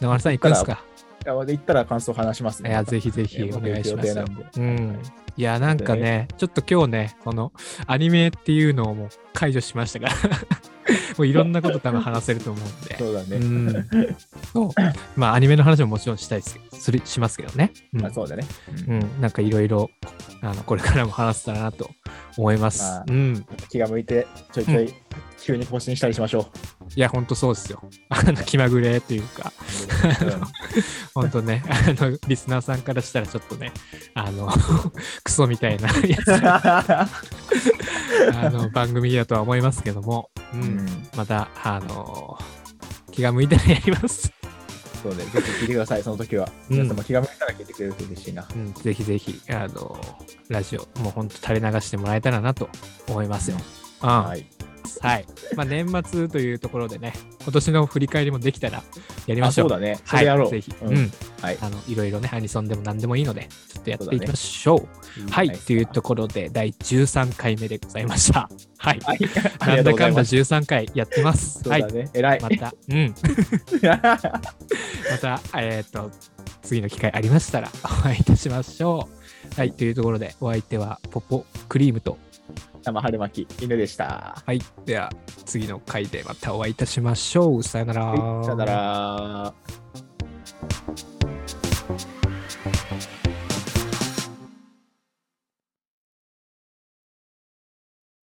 [SPEAKER 2] 生春さん行くんすか
[SPEAKER 1] いや行ったら感想話します
[SPEAKER 2] い
[SPEAKER 1] ね。
[SPEAKER 2] や、ぜひぜひお願いしますよ。う
[SPEAKER 1] うん
[SPEAKER 2] ん。いや、なんかね、ちょっと今日ね、このアニメっていうのをもう解除しましたから、 <laughs> もういろんなこと多分話せると思うんで。
[SPEAKER 1] そうだね。
[SPEAKER 2] うん。そう。まあ、アニメの話ももちろんしたいですけど、するしますけどね。うん。
[SPEAKER 1] あそうだね。
[SPEAKER 2] うん、なんかいろいろ、あの、これからも話せたらなと思います。
[SPEAKER 1] まあ
[SPEAKER 2] うん。
[SPEAKER 1] 気が向いて、ちょいちょい急に更新したり
[SPEAKER 2] <laughs>
[SPEAKER 1] しましょう。
[SPEAKER 2] いや、ほんとそうですよ。 <laughs> あの、気まぐれというか、ほんと
[SPEAKER 1] <laughs>
[SPEAKER 2] ね、あの、リスナーさんからしたらちょっとね、あの、 <laughs> クソみたいなやつあの番組だとは思いますけども、う
[SPEAKER 1] うんんうん
[SPEAKER 2] また、あの気が向いたらやります。
[SPEAKER 1] そうね、ぜひ聞いてください、その時は。
[SPEAKER 2] うん
[SPEAKER 1] 皆様気が向いたら聞いてくれると嬉しいな。
[SPEAKER 2] うん、 <laughs> ぜひぜひ、あのラジオ、もうほんと垂れ流してもらえたらなと思いますよ。うん、は。
[SPEAKER 1] はいい。
[SPEAKER 2] まあ、年末というところでね、今年の振り返りもできたらやりま
[SPEAKER 1] あ、
[SPEAKER 2] しょ。
[SPEAKER 1] そううだね。それやろう。
[SPEAKER 2] はい、ぜひ、
[SPEAKER 1] う
[SPEAKER 2] うんん、
[SPEAKER 1] はい
[SPEAKER 2] あの、いろいろね、アニソンでも何でもいいので、ちょっとやっていきましょう。はい、というところで、第13回目でございました。はい。
[SPEAKER 1] はい。
[SPEAKER 2] なんだかんだ
[SPEAKER 1] そ
[SPEAKER 2] 13回やってます。
[SPEAKER 1] う
[SPEAKER 2] はい
[SPEAKER 1] だ。ね。偉い
[SPEAKER 2] ま。た、うん、また、えっ、と、次の機会ありました <laughs> らお会いいたしましょう。はい、というところで、お相手はポポクリームと、
[SPEAKER 1] <laughs> 生春巻き、犬でした。
[SPEAKER 2] はい。では、次の回でまたお会いいたしましょう。さよなら。
[SPEAKER 1] はいさよなら。